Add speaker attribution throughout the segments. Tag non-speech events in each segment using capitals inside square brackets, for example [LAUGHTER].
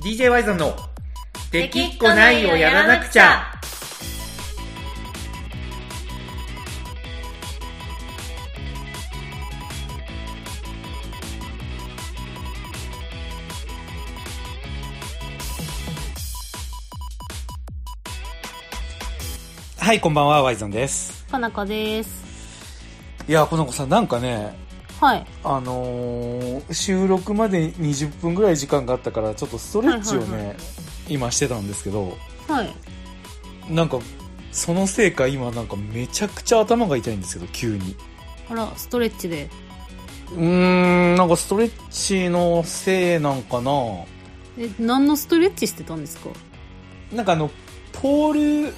Speaker 1: DJ ワイゾンの「できっこないをやらなくちゃ」はいこんばんはワイゾンです
Speaker 2: かなこです
Speaker 1: いやこの子さんなんかね
Speaker 2: はい
Speaker 1: あのー収録まで20分ぐらい時間があったからちょっとストレッチをね、
Speaker 2: はいはいはい
Speaker 1: 今してたんですけど
Speaker 2: はい
Speaker 1: なんかそのせいか今なんかめちゃくちゃ頭が痛いんですけど急に
Speaker 2: あらストレッチで
Speaker 1: うーんなんかストレッチのせいなんかな
Speaker 2: え何のストレッチしてたんですか
Speaker 1: なんかあのポール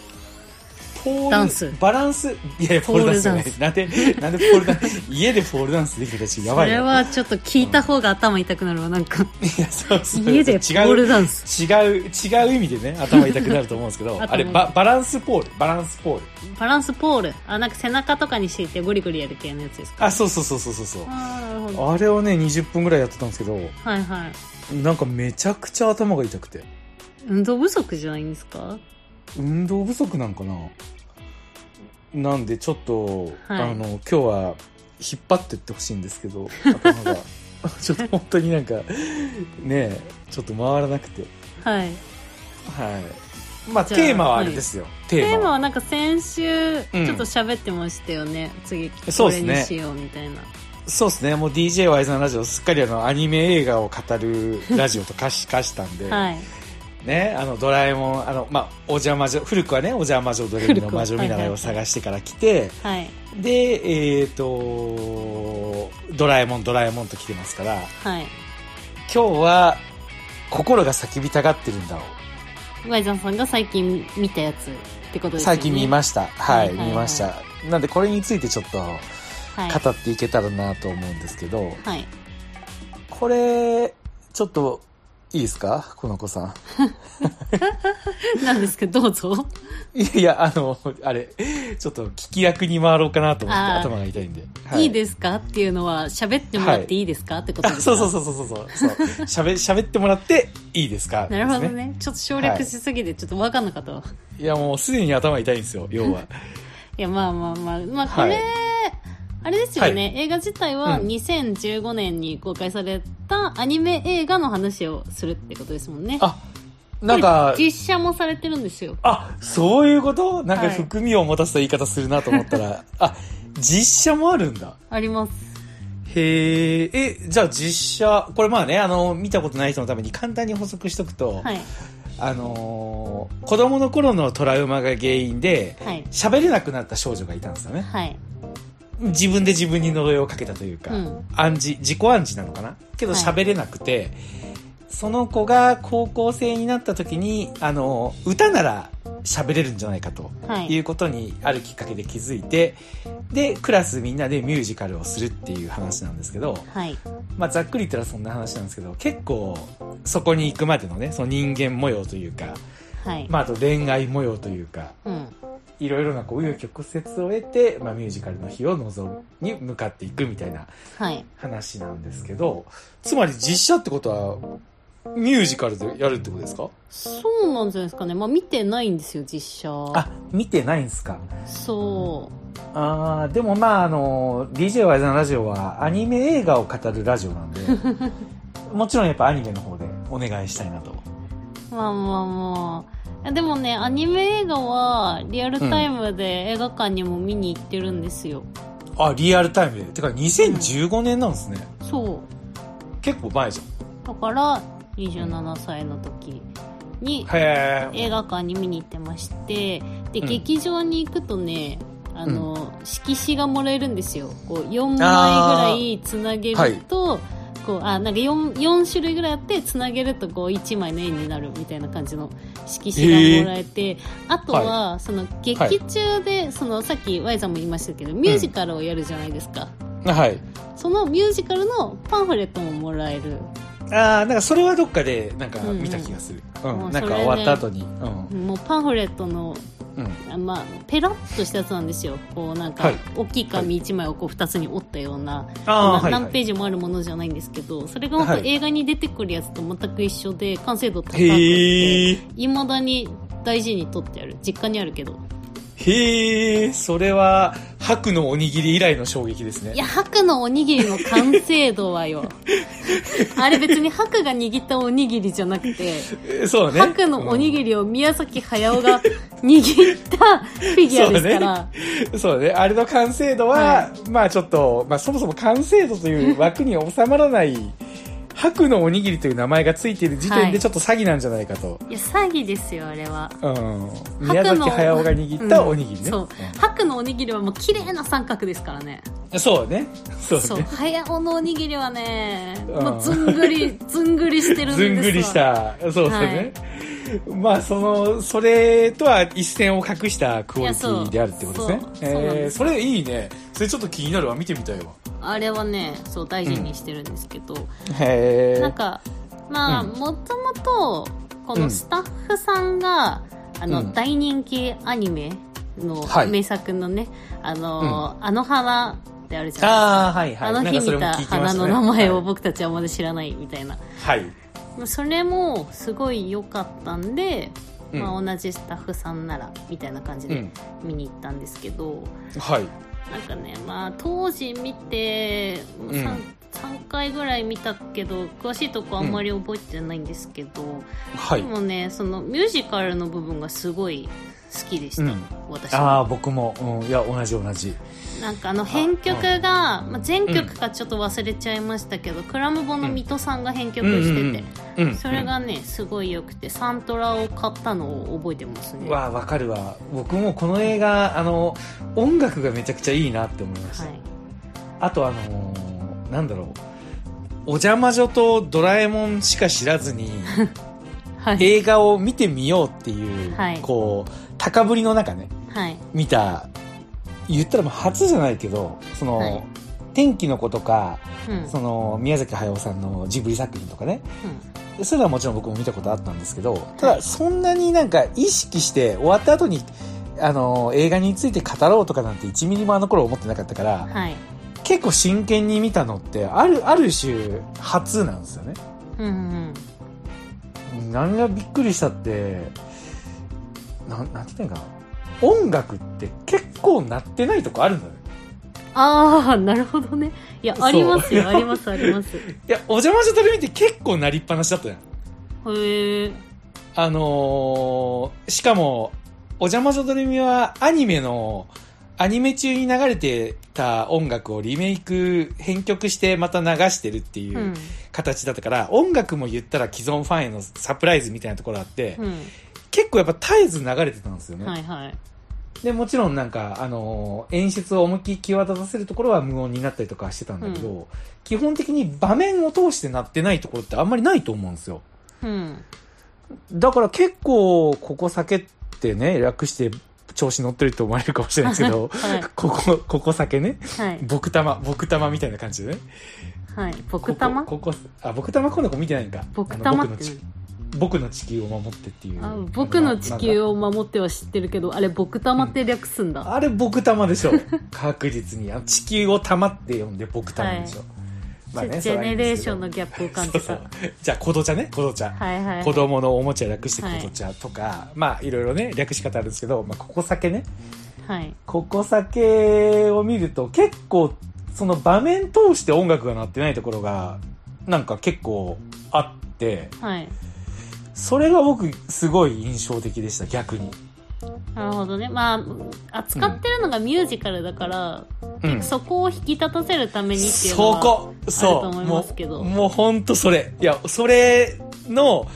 Speaker 1: ポール
Speaker 2: ダンス
Speaker 1: バランスいやいやポールダンスじゃない
Speaker 2: ポー
Speaker 1: なんでなんでポールダンス家でポールダンスできるたちやばい
Speaker 2: それ
Speaker 1: よ
Speaker 2: はちょっと聞いた方が頭痛くなるわなんか
Speaker 1: いやそうそう
Speaker 2: 家でポールダンス
Speaker 1: 違う違う違う意味でね頭痛くなると思うんですけ
Speaker 2: [LAUGHS]
Speaker 1: ど
Speaker 2: 頭
Speaker 1: あれババランスポールバランスポール
Speaker 2: バランスポールあなんか背中とかに敷いてゴリゴリやる系のやつですか
Speaker 1: あそうそうそうそうそうそう
Speaker 2: あーなるほど
Speaker 1: あれをね20分ぐらいやってたんですけど
Speaker 2: はいはい
Speaker 1: なんかめちゃくちゃ頭が痛くて
Speaker 2: 運動不足じゃないんですか
Speaker 1: 運動不足なんかななんでちょっと、
Speaker 2: はい
Speaker 1: あの今日は引っ張ってってほしいんですけど
Speaker 2: [LAUGHS]
Speaker 1: 頭がちょっと本当になんかねえちょっと回らなくて
Speaker 2: はい
Speaker 1: はいまあ
Speaker 2: じゃあ
Speaker 1: テーマはあれですよ、テ
Speaker 2: テ
Speaker 1: ー
Speaker 2: ーマ
Speaker 1: マは
Speaker 2: はなんか先週ち
Speaker 1: うん
Speaker 2: ょっと喋ってましたよね、次
Speaker 1: そ
Speaker 2: こ
Speaker 1: う
Speaker 2: れ
Speaker 1: です
Speaker 2: に
Speaker 1: ね
Speaker 2: しようみたいな、
Speaker 1: そうですねもう d j y さんラジオすっかりあのアニメ映画を語るラジオと化し化したんで、
Speaker 2: はい
Speaker 1: ね、あのドラえもんあの、まあ、お邪魔女古くはねお邪魔女ドレミの魔女見習いを探してから来て、
Speaker 2: はい
Speaker 1: でえっ、とドラえもんドラえもんと来てますから
Speaker 2: はい
Speaker 1: 今日は心が叫びたがってるんだろ
Speaker 2: ワイザンさんが最近見たやつってこと
Speaker 1: う
Speaker 2: ですよね
Speaker 1: 最近見ましたはい、
Speaker 2: はいはいはい
Speaker 1: 見ましたなんでこれについてちょっと
Speaker 2: はい
Speaker 1: 語っていけたらなと思うんですけど、
Speaker 2: はい
Speaker 1: これちょっといいですかこの子さん
Speaker 2: なんですけどどうぞ
Speaker 1: いやいやあのあれちょっと聞き役に回ろうかなと思って
Speaker 2: あー
Speaker 1: 頭が痛いんで、
Speaker 2: いい
Speaker 1: す
Speaker 2: ですかっていうのは喋ってもらっていいですか、ってこと
Speaker 1: あ
Speaker 2: ですか
Speaker 1: そうそうそうそうそうそう喋喋ってもらっていいですか
Speaker 2: なるほど
Speaker 1: です
Speaker 2: ねちょっと省略しすぎてちょっと分かんなかったわ、い、
Speaker 1: いやもうすでに頭痛いんですよ要
Speaker 2: [LAUGHS]
Speaker 1: は
Speaker 2: やまあまあまあまあこ
Speaker 1: はい
Speaker 2: れ、あれですよね、映画自体は2015年に公開されたアニメ映画の話をするってことですもんね
Speaker 1: あなんか
Speaker 2: これ実写もされてるんですよ
Speaker 1: あそういうことなんか
Speaker 2: はい
Speaker 1: 含みを持たせた言い方するなと思ったら、あ実写もあるんだ
Speaker 2: あります
Speaker 1: へええじゃあ実写これまあねあの見たことない人のために簡単に補足しとくと、
Speaker 2: はい
Speaker 1: あのー子供の頃のトラウマが原因で
Speaker 2: はい
Speaker 1: 喋、れなくなった少女がいたんですよね
Speaker 2: はい
Speaker 1: 自分で自分に呪いをかけたというか、
Speaker 2: うん
Speaker 1: 暗示自己暗示なのかなけど
Speaker 2: はい
Speaker 1: 喋れなくて、その子が高校生になった時にあの歌なら喋れるんじゃないかと
Speaker 2: はいいう
Speaker 1: ことにあるきっかけで気づいてでクラスみんなでミュージカルをするっていう話なんですけど、
Speaker 2: はい
Speaker 1: まあ、ざっくり言ったらそんな話なんですけど結構そこに行くまでのねその人間模様というか、
Speaker 2: はい、
Speaker 1: まあ、あと恋愛模様というか
Speaker 2: うん
Speaker 1: いろいろなこう紆余曲折を得て、まあ、ミュージカルの日を望むに向かっていくみたいな
Speaker 2: はい
Speaker 1: 話なんですけどつまり実写ってことはミュージカルでやるってことですか
Speaker 2: そうなんじゃないですかねまあ見てないんですよ実写
Speaker 1: あ見てないんですか
Speaker 2: そう
Speaker 1: あーでもまああの DJ ワイザのラジオはアニメ映画を語るラジオなん [LAUGHS] でもちろんやっぱアニメの方でお願いしたいなと
Speaker 2: まあまあまあ。でもね、アニメ映画はリアルタイムで映画館にも見に行ってるんですよ。
Speaker 1: あリアルタイムでてか2015年なんですね、
Speaker 2: そ
Speaker 1: 結構前じ
Speaker 2: う。だから、27歳の時に
Speaker 1: ゃんへえ
Speaker 2: 映画館に見に行ってまして、で、
Speaker 1: うん
Speaker 2: 劇場に行くとね、あの、色紙がもらえるんですよ。こう、4枚ぐ
Speaker 1: あ
Speaker 2: ら
Speaker 1: ー
Speaker 2: いつなげると、こう、あ、なんか 4, 4種類ぐらいあって、つなげるとこう、1枚の絵になるみたいな感じの色紙がもらえて、あとは、その劇中で、そのさっき Y さんも言いましたけどミュージカルをやるじゃないですか、
Speaker 1: はい
Speaker 2: そのミュージカルのパンフレットももらえる
Speaker 1: ああんかそれはどっかでなんか見た気がする、うん
Speaker 2: もう
Speaker 1: なんか
Speaker 2: それね
Speaker 1: 終わった後に、うん
Speaker 2: もうパンフレットの
Speaker 1: うん
Speaker 2: あまあ、ペラッとしたやつなんですよこうなんか、
Speaker 1: はい
Speaker 2: 大きい紙1枚をこう2つに折ったような、
Speaker 1: あー
Speaker 2: な
Speaker 1: はいはい
Speaker 2: 何ページもあるものじゃないんですけどそれが本
Speaker 1: は
Speaker 2: 当
Speaker 1: い
Speaker 2: 映画に出てくるやつと全く一緒で完成度高く
Speaker 1: へ
Speaker 2: て
Speaker 1: え
Speaker 2: いまだに大事に取ってある実家にあるけど
Speaker 1: へえそれは白のおにぎり以来の衝撃ですね
Speaker 2: いや白のおにぎりの完成度は
Speaker 1: [LAUGHS]
Speaker 2: よあれ別に白が握ったおにぎりじゃなくて
Speaker 1: えーそうね
Speaker 2: 白のおに
Speaker 1: り、
Speaker 2: ぎりを宮崎駿が握ったフィギュアですから、
Speaker 1: うんそうねあれの完成度は、
Speaker 2: は
Speaker 1: まあちょっと、まあ、そもそも完成度という枠に収まらない白のおにぎりという名前がついている時点
Speaker 2: は
Speaker 1: で
Speaker 2: い
Speaker 1: ちょっと詐欺なんじゃないかと、
Speaker 2: いや詐欺ですよあれは。
Speaker 1: うん、宮崎駿が握ったおにぎりね、
Speaker 2: うんそう白のおにぎりはもう綺麗な三角ですからね
Speaker 1: うんそうねそうね
Speaker 2: そう早尾のおにぎりはね
Speaker 1: うん
Speaker 2: もうずんぐりずんぐりしてるんです
Speaker 1: ず
Speaker 2: わ
Speaker 1: んぐりしたそうですね、まあそのそれとは一線を画したクオリティであるってこと
Speaker 2: い
Speaker 1: ですね
Speaker 2: やそうそうそうなん
Speaker 1: えー
Speaker 2: です
Speaker 1: それいいねそれちょっと気になるわ見てみたいわ
Speaker 2: あれはねそう大事にしてるんですけど、
Speaker 1: へえ
Speaker 2: なんかまあ
Speaker 1: うん
Speaker 2: もともとこ
Speaker 1: う
Speaker 2: の
Speaker 1: ん
Speaker 2: スタッフさんが、あの、
Speaker 1: うん
Speaker 2: 大人気アニメの
Speaker 1: はい
Speaker 2: 名作のね「あの、あの花」ってあるじゃないですか
Speaker 1: ああはいはい
Speaker 2: あの日
Speaker 1: なんかそれ
Speaker 2: 見た
Speaker 1: も聞きましたね
Speaker 2: 花の名前を僕たちはまだ知らないみたいな
Speaker 1: はい、はい
Speaker 2: それもすごい良かったんで、
Speaker 1: うん
Speaker 2: まあ、同じスタッフさんならみたいな感じ
Speaker 1: う
Speaker 2: で
Speaker 1: ん
Speaker 2: 見に行ったんですけど、
Speaker 1: はい
Speaker 2: なんかね、まあ、当時見て 3,、
Speaker 1: うん
Speaker 2: 三回ぐらい見たけど詳しいとこあんまり覚えてないんですけど、
Speaker 1: はい
Speaker 2: でもねそのミュージカルの部分がすごい好きでした、
Speaker 1: うん
Speaker 2: 私
Speaker 1: あ
Speaker 2: は
Speaker 1: あ僕も、うん、いや同じ同じ
Speaker 2: なんかあの編曲が、まあ、全曲かちょっと忘れちゃいましたけど、クラムボの水戸さんが編曲してて、
Speaker 1: うんうんうん
Speaker 2: それがねすごい良くてサントラを買ったのを覚えてます
Speaker 1: うん
Speaker 2: ね
Speaker 1: うわあわかるわ僕もこの映画あの音楽がめちゃくちゃいいなって思いました、
Speaker 2: はい
Speaker 1: あとあのーなんだろうお邪魔女とドラえもんしか知ら
Speaker 2: [LAUGHS]
Speaker 1: ずに
Speaker 2: はい、
Speaker 1: 映画を見てみようっていう、
Speaker 2: はい
Speaker 1: こう高ぶりの中ね
Speaker 2: はい、
Speaker 1: 見た言ったらもう初じゃないけどその、
Speaker 2: はい
Speaker 1: 天気の子とか
Speaker 2: うん
Speaker 1: その宮崎駿さんのジブリ作品とかねそれはもちろん僕も見たことあったんですけどただそんなになんか意識して終わった後にあの映画について語ろうとかなんて1ミリもあの頃思ってなかったから、
Speaker 2: うんはい
Speaker 1: 結構真剣に見たのってあるある種初なんですよね
Speaker 2: うんうん
Speaker 1: 何がびっくりしたってなんなんて言ったらいいかな音楽って結構鳴ってないとこあるんだよね
Speaker 2: ああなるほどねいや
Speaker 1: そう
Speaker 2: ありますよありますあり
Speaker 1: [LAUGHS]
Speaker 2: ますへ
Speaker 1: いやお邪魔女とる見て結構鳴りっぱなしだったじゃん
Speaker 2: え
Speaker 1: あのーしかも、お邪魔女ドレミはアニメの、アニメ中に流れてた音楽をリメイク、編曲してまた流してるっていううん形だったから、音楽も言ったら既存ファンへのサプライズみたいなところあって、
Speaker 2: うん
Speaker 1: 結構やっぱ絶えず流れてたんですよね。
Speaker 2: はいはい
Speaker 1: で、もちろんなんか、あのー演出を思いっきり際立たせるところは無音になったりとかはしてたんだけど、
Speaker 2: う
Speaker 1: 基本的に場面を通して鳴ってないところってあんまりないと思うんですよ。
Speaker 2: うん、
Speaker 1: だから結構、ここ酒ってね、略して調子乗ってると思われるかもしれないですけど [LAUGHS]
Speaker 2: はい
Speaker 1: ここ、ここ酒ね、
Speaker 2: はい
Speaker 1: 僕玉、僕玉みたいな感じでね。
Speaker 2: はい僕玉
Speaker 1: ここ、ここあ、僕玉今度見てないんか。
Speaker 2: 僕
Speaker 1: あの
Speaker 2: 玉っ
Speaker 1: 僕の
Speaker 2: て
Speaker 1: 地
Speaker 2: 何
Speaker 1: 僕の地球を守ってっていう。
Speaker 2: あ僕の地球
Speaker 1: を。
Speaker 2: を守っては知ってるけどあれ僕玉って略すんだ、
Speaker 1: あれ僕玉でしょ。 [LAUGHS] 確実に。あの地球を玉って呼んで僕玉でしょ。
Speaker 2: ジェネレーションの
Speaker 1: ギ
Speaker 2: ギャップを感じた
Speaker 1: じゃあ、コド茶ね、コド茶。
Speaker 2: はいはい
Speaker 1: 子供のおもちゃ略してコド茶とか、まあいろいろね、略し方あるんですけど、まあここ酒ね。
Speaker 2: はい
Speaker 1: ここ酒を見ると結構その場面通して音楽が鳴ってないところがなんか結構あって
Speaker 2: はい
Speaker 1: それが僕すごい印象的でした逆に、
Speaker 2: なるほどねまあ扱ってるのがミュージカルだから、
Speaker 1: うん、
Speaker 2: そこを引き立たせるためにっていうの
Speaker 1: そ
Speaker 2: は
Speaker 1: こ
Speaker 2: あ
Speaker 1: そ
Speaker 2: ると
Speaker 1: う
Speaker 2: 思い
Speaker 1: も
Speaker 2: ますけ
Speaker 1: う
Speaker 2: ど
Speaker 1: もうほんとそれいやそれの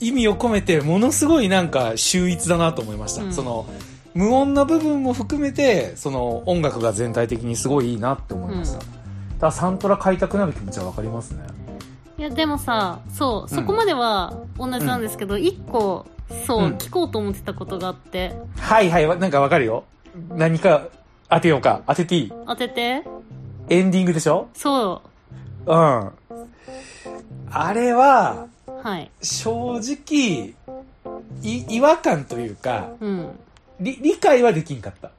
Speaker 1: 意味を込めてものすごいなんか秀逸だなと思いました、
Speaker 2: うん
Speaker 1: その無音な部分も含めてその音楽が全体的にすごいいいなって思いました、
Speaker 2: うん
Speaker 1: だからサントラ買いたくなる気持ちはわかりますね
Speaker 2: いやでもさそうそこまでは同じなんですけど、一個そう、
Speaker 1: うん
Speaker 2: 聞こうと思ってたことがあって
Speaker 1: はいはい、わなんかわかるよ。何か当てようか。当てていい。
Speaker 2: 当てて
Speaker 1: エンディングでしょ
Speaker 2: そ
Speaker 1: うん。あれは、
Speaker 2: うはい
Speaker 1: 正直、い違和感というか、
Speaker 2: うん
Speaker 1: 理理解はできんかった。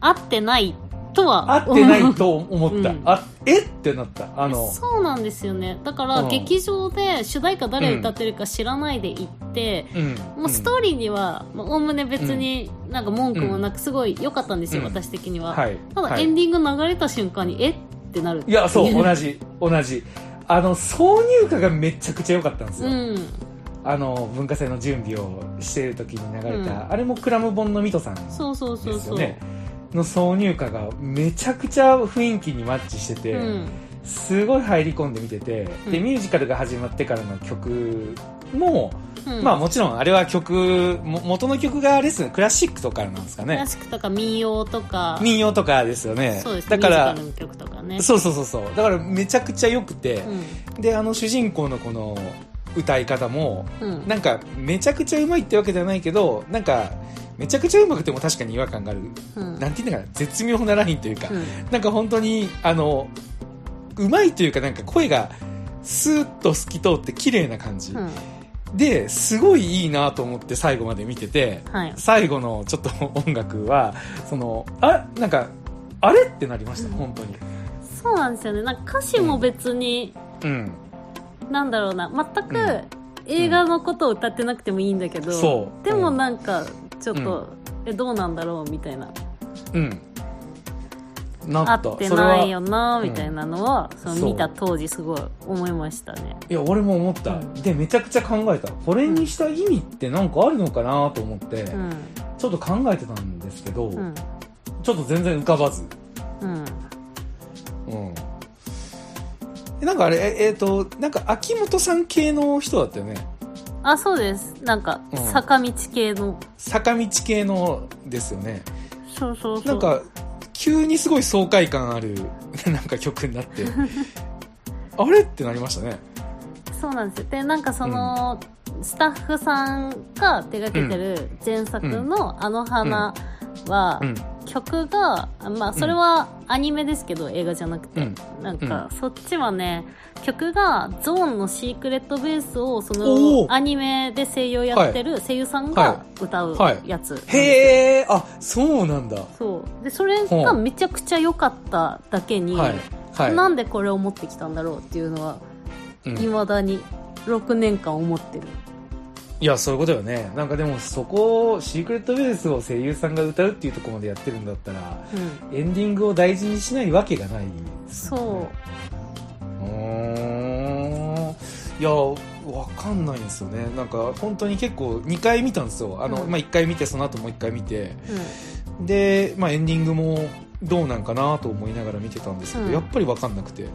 Speaker 2: 合ってないとは
Speaker 1: 合ってないと思った。
Speaker 2: うん
Speaker 1: あ、えってなった。あの、
Speaker 2: そうなんですよねだから
Speaker 1: うん
Speaker 2: 劇場で主題歌誰歌ってるか知らないで行って、
Speaker 1: うん。
Speaker 2: もうストーリーにはまあおおむね別になんか文句もなくすごい良かったんですよ、
Speaker 1: うん
Speaker 2: 私的には、
Speaker 1: はい。
Speaker 2: ただ
Speaker 1: はい
Speaker 2: エンディング流れた瞬間に、えってなる
Speaker 1: いや、そう、
Speaker 2: ん
Speaker 1: 同じ、同じ。あの、挿入歌がめちゃくちゃ良かったんです
Speaker 2: う
Speaker 1: よ。
Speaker 2: ん
Speaker 1: あの、文化祭の準備をしている時に流れた、
Speaker 2: う
Speaker 1: あれもクラムボンのミトさんですよね。
Speaker 2: そうそうそうそう、
Speaker 1: の挿入歌がめちゃくちゃ雰囲気にマッチしてて、
Speaker 2: うん
Speaker 1: すごい入り込んで見てて、で、
Speaker 2: うん
Speaker 1: ミュージカルが始まってからの曲も、
Speaker 2: うん、
Speaker 1: まあもちろんあれは曲、も元の曲があれですね、クラシックとかなんですか
Speaker 2: クラ
Speaker 1: ね。
Speaker 2: シックとか民謡とか
Speaker 1: 民謡とかですよね。
Speaker 2: そうです
Speaker 1: だから
Speaker 2: ミ、ュージカルの曲とかね
Speaker 1: そうそうそうそう。だからめちゃくちゃ良くて、で、あの主人公のこの歌い方も、
Speaker 2: うんうん
Speaker 1: なんかめちゃくちゃうまいってわけではないけど、なんかめちゃくちゃうまくても確かに違和感がある。
Speaker 2: うん
Speaker 1: なんて言うんだかな、絶妙なラインというか、
Speaker 2: うん
Speaker 1: なんか本当に、あの、うまいというかなんか声がスーッと透き通って綺麗な感じ。
Speaker 2: うん
Speaker 1: で、すごいいいなと思って最後まで見てて、
Speaker 2: はい
Speaker 1: 最後のちょっと音楽は、その、あ、なんか、あれってなりました、
Speaker 2: うん
Speaker 1: 本当に。
Speaker 2: そうなんですよねなんか歌詞も別に、
Speaker 1: うん。
Speaker 2: なんだろうな全く
Speaker 1: うん
Speaker 2: 映画のことを歌ってなくてもいいんだけど、
Speaker 1: そう
Speaker 2: でも
Speaker 1: うん
Speaker 2: なんかちょっと、えどうなんだろうみたいな
Speaker 1: うん。な
Speaker 2: 合
Speaker 1: った。
Speaker 2: って
Speaker 1: それは
Speaker 2: ないよなみたいなのは、そ
Speaker 1: そ
Speaker 2: の
Speaker 1: う
Speaker 2: 見た当時すごい思いましたね
Speaker 1: いや、俺も思った。
Speaker 2: うん
Speaker 1: で、めちゃくちゃ考えた。これにした意味ってなんかあるのかなと思って、
Speaker 2: うん
Speaker 1: ちょっと考えてたんですけど、
Speaker 2: うん
Speaker 1: ちょっと全然浮かばず。
Speaker 2: うん
Speaker 1: うん。えなんかあれ、ええっ、と、なんか秋元さん系の人だったよね。
Speaker 2: あそうですなんか
Speaker 1: うん
Speaker 2: 坂道系の、
Speaker 1: 坂道系のですよね。
Speaker 2: そうそうそう
Speaker 1: なんか、急にすごい爽快感ある、 [LAUGHS] なんか曲に
Speaker 2: [LAUGHS]
Speaker 1: なって、あれってなりましたね。
Speaker 2: そうなんですよでなんかその、スタッフさんが手掛けてる前作の「あの花」は、
Speaker 1: うん。
Speaker 2: 曲が、まあ、それはアニメですけど、映画じゃなくて、
Speaker 1: うん
Speaker 2: なんか、そっちはね、曲が、ゾーンのシークレットベースを、そ
Speaker 1: お
Speaker 2: の、
Speaker 1: ー
Speaker 2: アニメで声優やってる声優さん
Speaker 1: は
Speaker 2: が歌うやつなんですよ。
Speaker 1: へえ、あ、そうなんだ。
Speaker 2: そう。で、それ
Speaker 1: ほ
Speaker 2: が
Speaker 1: う
Speaker 2: めちゃくちゃ良かっただけに、
Speaker 1: はい。はい。
Speaker 2: なんでこれを持ってきたんだろうっていうのは、
Speaker 1: うん
Speaker 2: 未だに6年間思ってる。
Speaker 1: いや、そういうことよね。なんかでもそこを、シークレットベースを声優さんが歌うっていうところまでやってるんだったら、
Speaker 2: うん。
Speaker 1: エンディングを大事にしないわけがないですよね、
Speaker 2: そう
Speaker 1: ーんいやわかんないんですよねなんか本当に結構2回見たんですよあの、
Speaker 2: うん
Speaker 1: まあ、1回見てその後もう1回見て
Speaker 2: う。うん。
Speaker 1: で、まあ、エンディングもどうなんかなと思いながら見てたんですけど、
Speaker 2: うん
Speaker 1: やっぱりわかんなくて、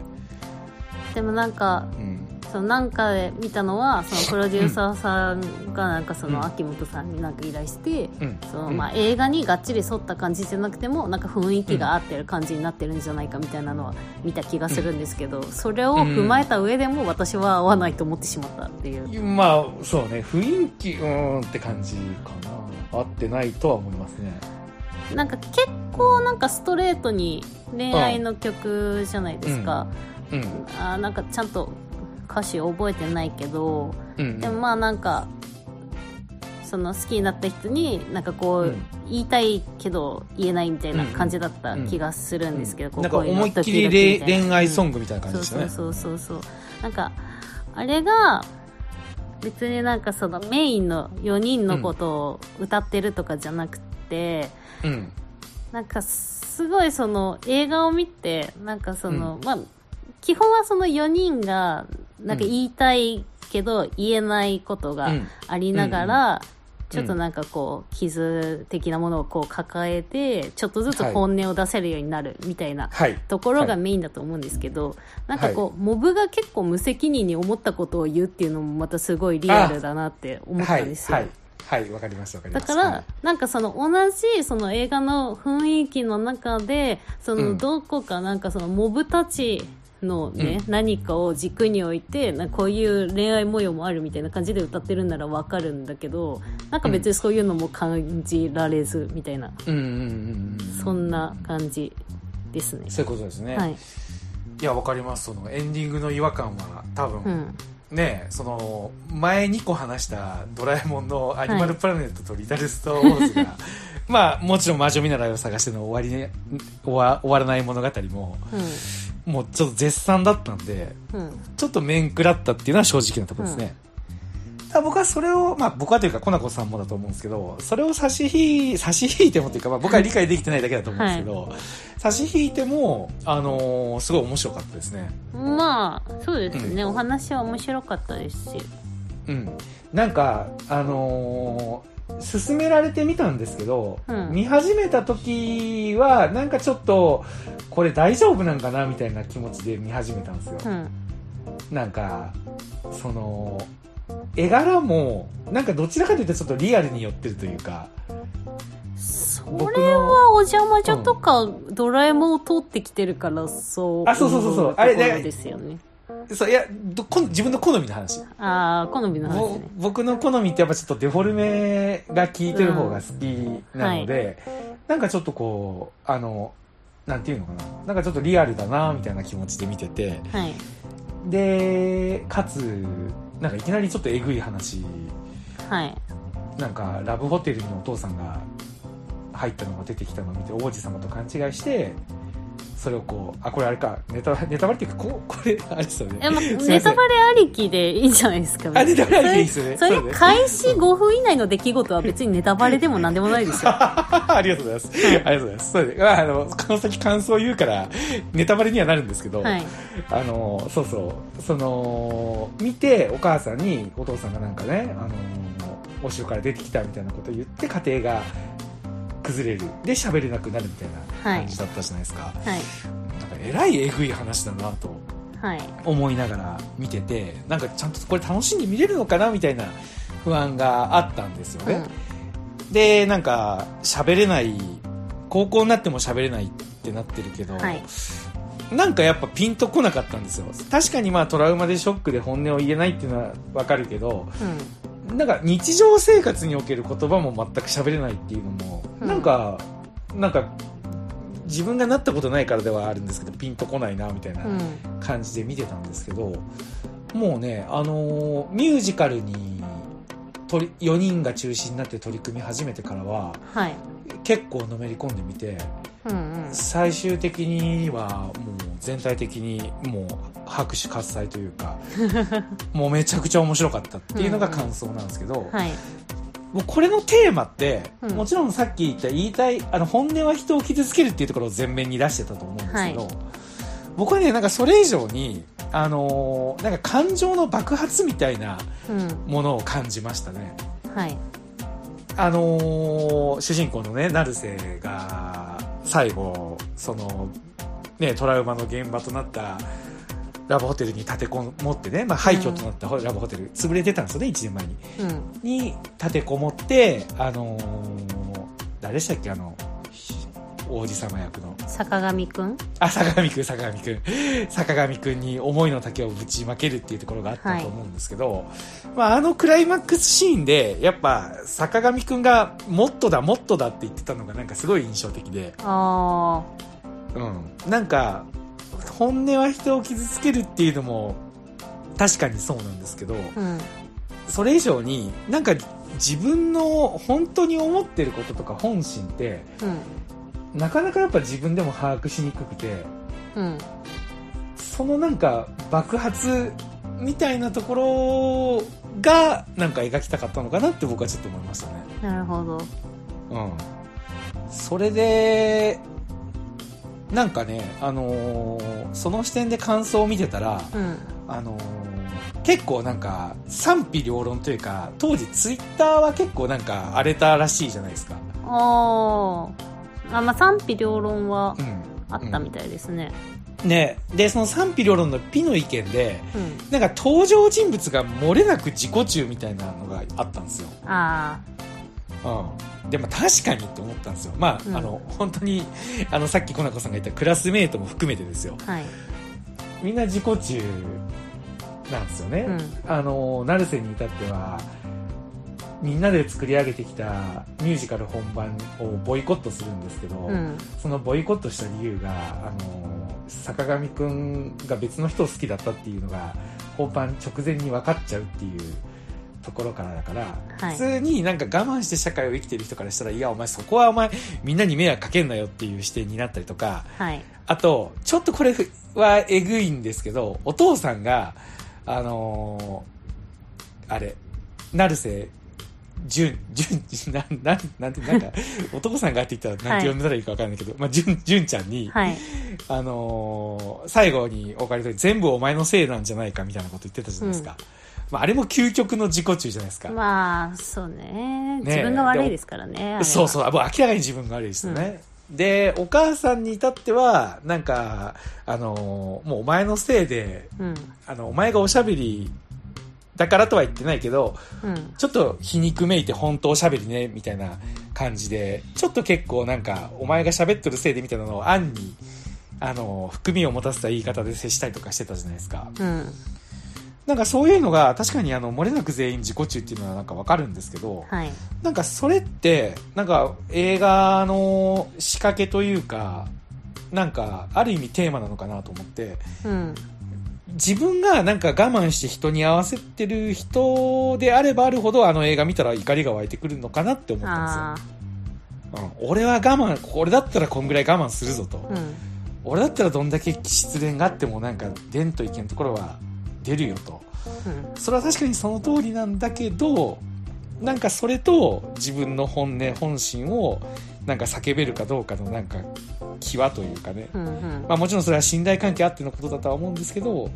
Speaker 2: でもなんか、
Speaker 1: うん、
Speaker 2: そのなんかで見たのはそのプロデューサーさんがなんかそうの
Speaker 1: ん
Speaker 2: 秋元さんになんか依頼して、
Speaker 1: うん
Speaker 2: その
Speaker 1: うん
Speaker 2: まあ映画にがっちり沿った感じじゃなくてもなんか雰囲気が合ってる感じになってるんじゃないかみたいなのは見た気がするんですけどそれを踏まえた上でも私は合わないと思ってしまったっていう、
Speaker 1: まあそうね雰囲気うーんって感じかな合ってないとは思いますね
Speaker 2: なんか結構なんかストレートに恋愛の曲じゃないですか、
Speaker 1: うん
Speaker 2: あーなんかちゃんと歌詞覚えてないけど
Speaker 1: うん
Speaker 2: でもまあなんかその好きになった人になんかこう、
Speaker 1: うん
Speaker 2: 言いたいけど言えないみたいな感じだった気がするんですけど、こう
Speaker 1: なんか
Speaker 2: こうう
Speaker 1: 思
Speaker 2: の
Speaker 1: いっき
Speaker 2: ドキドキ
Speaker 1: り
Speaker 2: みたいな
Speaker 1: 恋恋愛ソ
Speaker 2: うん
Speaker 1: ングみたいな感じでしたね
Speaker 2: そうそうそうそうそうなんかあれが別になんかそのメインの4人のことを歌ってるとかじゃなくて、
Speaker 1: うん
Speaker 2: なんかすごいその映画を見てなんかその、まあ基本はその4人がなんか言いたいけど言えないこと
Speaker 1: う
Speaker 2: が
Speaker 1: ん
Speaker 2: ありながら、
Speaker 1: うん
Speaker 2: ちょっとなんかこう傷的なものをこう抱えてちょっとずつ
Speaker 1: はい
Speaker 2: 本音を出せるようになるみたいな
Speaker 1: はい
Speaker 2: ところ
Speaker 1: は
Speaker 2: が
Speaker 1: い
Speaker 2: メインだと思うんですけど、なんかこう、モブが結構無責任に思ったことを言うっていうのもまたすごいリアルだなって思った
Speaker 1: は
Speaker 2: ん
Speaker 1: い
Speaker 2: ですよ。
Speaker 1: はいはいわかりますわかりま
Speaker 2: だ
Speaker 1: す
Speaker 2: から、
Speaker 1: はい
Speaker 2: なんかその同じその映画の雰囲気の中でその
Speaker 1: うん
Speaker 2: どこかなんかそのモブたちのね、何かを軸に置いてなんかこういう恋愛模様もあるみたいな感じで歌ってるんならわかるんだけどなんか別にそういうのも感じられずみたいな、
Speaker 1: うんうんうんうん
Speaker 2: そんな感じですね。
Speaker 1: そういうことですね、、
Speaker 2: はいい、
Speaker 1: やわかりますそのエンディングの違和感は多分、
Speaker 2: うん、
Speaker 1: ねその前2個話した「ドラえもん」の「アニマルプラネット」と「リタルスト・ウォーズ」が
Speaker 2: [LAUGHS]
Speaker 1: まあ、もちろん魔女見習いを探しての終わり、ね、終わ終わらない物語も、もうちょっと絶賛だったんで、
Speaker 2: うんうん
Speaker 1: ちょっと面食らったっていうのは正直なところですね。だから僕はそれを、まあ僕はというか、コナコさんもだと思うんですけど、それを差し引い、差し引いてもというか、まあ僕は理解できてないだけだと思うんですけど、差し引いても、あのーすごい面白かったですね。
Speaker 2: まあそうですね、
Speaker 1: うん
Speaker 2: お話は面白かったですし
Speaker 1: うん。なんか、あのー勧められてみたんですけど、
Speaker 2: うん
Speaker 1: 見始めた時は、なんかちょっと、これ大丈夫なんかなみたいな気持ちで見始めたんですよ。
Speaker 2: うん
Speaker 1: なんか、その、絵柄も、なんかどちらかというとちょっとリアルに寄ってるというか、
Speaker 2: そ
Speaker 1: 僕
Speaker 2: れ
Speaker 1: の、
Speaker 2: はお邪魔女とかドラえもんを通ってきてるからそう
Speaker 1: あそうそうそうそう
Speaker 2: 思とこ
Speaker 1: あれね
Speaker 2: ろですよね
Speaker 1: そういやどこん自分の好みの話。
Speaker 2: ああ好みの話
Speaker 1: ぼ
Speaker 2: ね
Speaker 1: 僕の好みってやっぱちょっとデフォルメが効いてる方が好きなので、なんかちょっとこう、あの、なんていうのかな。なんかちょっとリアルだな、みたいな気持ちで見てて。
Speaker 2: はい
Speaker 1: で、かつ、なんかいきなりちょっとえぐい話
Speaker 2: はい
Speaker 1: なんかラブホテルにお父さんが入ったのが出てきたのを見て王子様と勘違いしてそれをこうあこれあれかネタネタバレっていうかここれあれですよ [LAUGHS]
Speaker 2: え
Speaker 1: ね
Speaker 2: まあ
Speaker 1: せん
Speaker 2: ネタバレありきでいいんじゃないですか
Speaker 1: あネタバレありでいいですよね
Speaker 2: それ
Speaker 1: そうね
Speaker 2: 開始5分以内の出来事は別にネタバレでも何でもないですよ
Speaker 1: [LAUGHS] ありがとうござ
Speaker 2: [LAUGHS]
Speaker 1: いますありがとうございますそうです、まあ、あのこの先感想を言うからネタバレにはなるんですけど、
Speaker 2: はい
Speaker 1: あのそうそうその見てお母さんにお父さんがなんかねあのお城から出てきたみたいなことを言って家庭が崩れるで喋れなくなるみたいな
Speaker 2: はい
Speaker 1: 感じだったじゃないですか、
Speaker 2: はい
Speaker 1: なんかえらいえぐい話だなと
Speaker 2: はい
Speaker 1: 思いながら見ててなんかちゃんとこれ楽しんで見れるのかなみたいな不安があったんですよね、でなんか喋れない高校になっても喋れないってなってるけど、
Speaker 2: うんはい
Speaker 1: なんかやっぱピンとこなかったんですよ確かにまあトラウマでショックで本音を言えないっていうのはわかるけど
Speaker 2: うん
Speaker 1: なんか日常生活における言葉も全く喋れないっていうのも、
Speaker 2: うん
Speaker 1: なんかなんか自分がなったことないからではあるんですけどピンとこないなみたいな、
Speaker 2: うん
Speaker 1: 感じで見てたんですけどもうね、あのーミュージカルに取り4人が中心になって取り組み始めてからは
Speaker 2: はい
Speaker 1: 結構のめり込んでみて
Speaker 2: うんうん
Speaker 1: 最終的にはもう全体的にもう拍手喝采という
Speaker 2: [LAUGHS]
Speaker 1: かもうめちゃくちゃ面白かったっていうのが感想なんですけど、
Speaker 2: はい
Speaker 1: もうこれのテーマって、
Speaker 2: うん
Speaker 1: もちろんさっき言った言いたいあの本音は人を傷つけるっていうところを前面に出してたと思うんですけど、
Speaker 2: はい
Speaker 1: 僕はねなんかそれ以上に、あのーなんか感情の爆発みたいな
Speaker 2: うん
Speaker 1: ものを感じましたね。
Speaker 2: はい
Speaker 1: あのー主人公のね成瀬が最後その、ね、トラウマの現場となったラブホテルに立てこもってね、まあ、廃墟となったラブホテル、潰れてたんですよね1年前に。
Speaker 2: うん
Speaker 1: に立てこもって、あのー誰でしたっけあの、ひ王子様役の。
Speaker 2: 坂上くん
Speaker 1: あ、坂上くん、坂上くん。坂上くんに思いの丈をぶちまけるっていうところがあったと思うんですけど、まあ、あのクライマックスシーンで、やっぱ、坂上くんが、もっとだ、もっとだって言ってたのがなんかすごい印象的で、
Speaker 2: あ
Speaker 1: うん。なんか、本音は人を傷つけるっていうのも、確かにそうなんですけど、
Speaker 2: あうん
Speaker 1: それ以上になんか自分の本当に思ってることとか本心って
Speaker 2: うん
Speaker 1: なかなかやっぱ自分でも把握しにくくて
Speaker 2: うん
Speaker 1: そのなんか爆発みたいなところがなんか描きたかったのかなって僕はちょっと思いましたね。
Speaker 2: なるほど
Speaker 1: うん、それでなんかね、あのーその視点で感想を見てたら、
Speaker 2: うん
Speaker 1: あのー結構なんか賛否両論というか当時ツイッターは結構なんか荒れたらしいじゃないですか、
Speaker 2: あーあまあ賛否両論は
Speaker 1: う
Speaker 2: あったみたいですね
Speaker 1: ん、ねでその賛否両論の「ピ」の意見で
Speaker 2: うん
Speaker 1: なんか登場人物が漏れなく自己中みたいなのがあったんですよ、
Speaker 2: あ
Speaker 1: うん、でも確かにって思ったんですよまあ,、
Speaker 2: うん
Speaker 1: あの本当にあのさっきコナコさんが言ったクラスメートも含めてですよ
Speaker 2: あはい
Speaker 1: みんな自己中なんですよね、
Speaker 2: うん
Speaker 1: あの成瀬に至ってはみんなで作り上げてきたミュージカル本番をボイコットするんですけど、
Speaker 2: うん
Speaker 1: そのボイコットした理由があの坂上くんが別の人を好きだったっていうのが本番直前に分かっちゃうっていうところからだから、
Speaker 2: はい
Speaker 1: 普通になんか我慢して社会を生きてる人からしたら、いや、お前そこはお前みんなに迷惑かけんなよっていう視点になったりとか、
Speaker 2: はい
Speaker 1: あと、ちょっとこれはえぐいんですけど、お父さんが、あのーあれ、成瀬純、純、なん、なん、なん
Speaker 2: [LAUGHS]
Speaker 1: て、なんか、お父さんがって言ったら、なんて呼んだらいいかわかんないけど、まあ、純、純ちゃんに、
Speaker 2: はい
Speaker 1: あのー最後にお借りと全部お前のせいなんじゃないかみたいなこと言ってたじゃないですか。まあ、あれも究極の自己中じゃないですか。
Speaker 2: まあそうね
Speaker 1: ね
Speaker 2: 自分が悪いですからねあれ
Speaker 1: そう
Speaker 2: う
Speaker 1: そう、もう明らかに自分が悪いですよね。で、お母さんに至っては、なんか、あのーもうお前のせいで、
Speaker 2: うん
Speaker 1: あの、お前がおしゃべりだからとは言ってないけど、
Speaker 2: うん
Speaker 1: ちょっと皮肉めいて本当おしゃべりね、みたいな感じで、ちょっと結構なんか、お前が喋っとるせいでみたいなのを暗に、あのー含みを持たせた言い方で接したりとかしてたじゃないですか。
Speaker 2: うん
Speaker 1: なんかそういうのが、確かにあの、漏れなく全員自己中っていうのはなんかわかるんですけど、
Speaker 2: はい
Speaker 1: なんかそれって、なんか映画の仕掛けというか、なんかある意味テーマなのかなと思って、
Speaker 2: うん
Speaker 1: 自分がなんか我慢して人に合わせてる人であればあるほどあの映画見たら怒りが湧いてくるのかなって思ったん
Speaker 2: あ
Speaker 1: ですよ。うん、俺は我慢、俺だったらこんぐらい我慢するぞと。
Speaker 2: あうん
Speaker 1: 俺だったらどんだけ失恋があってもなんか伝と意見のところは出るよと。
Speaker 2: うん
Speaker 1: それは確かにその通りなんだけどなんかそれと自分の本音本心をなんか叫べるかどうかのなんか際というかね、
Speaker 2: うんうん
Speaker 1: まあ、もちろんそれは信頼関係あってのことだとは思うんですけど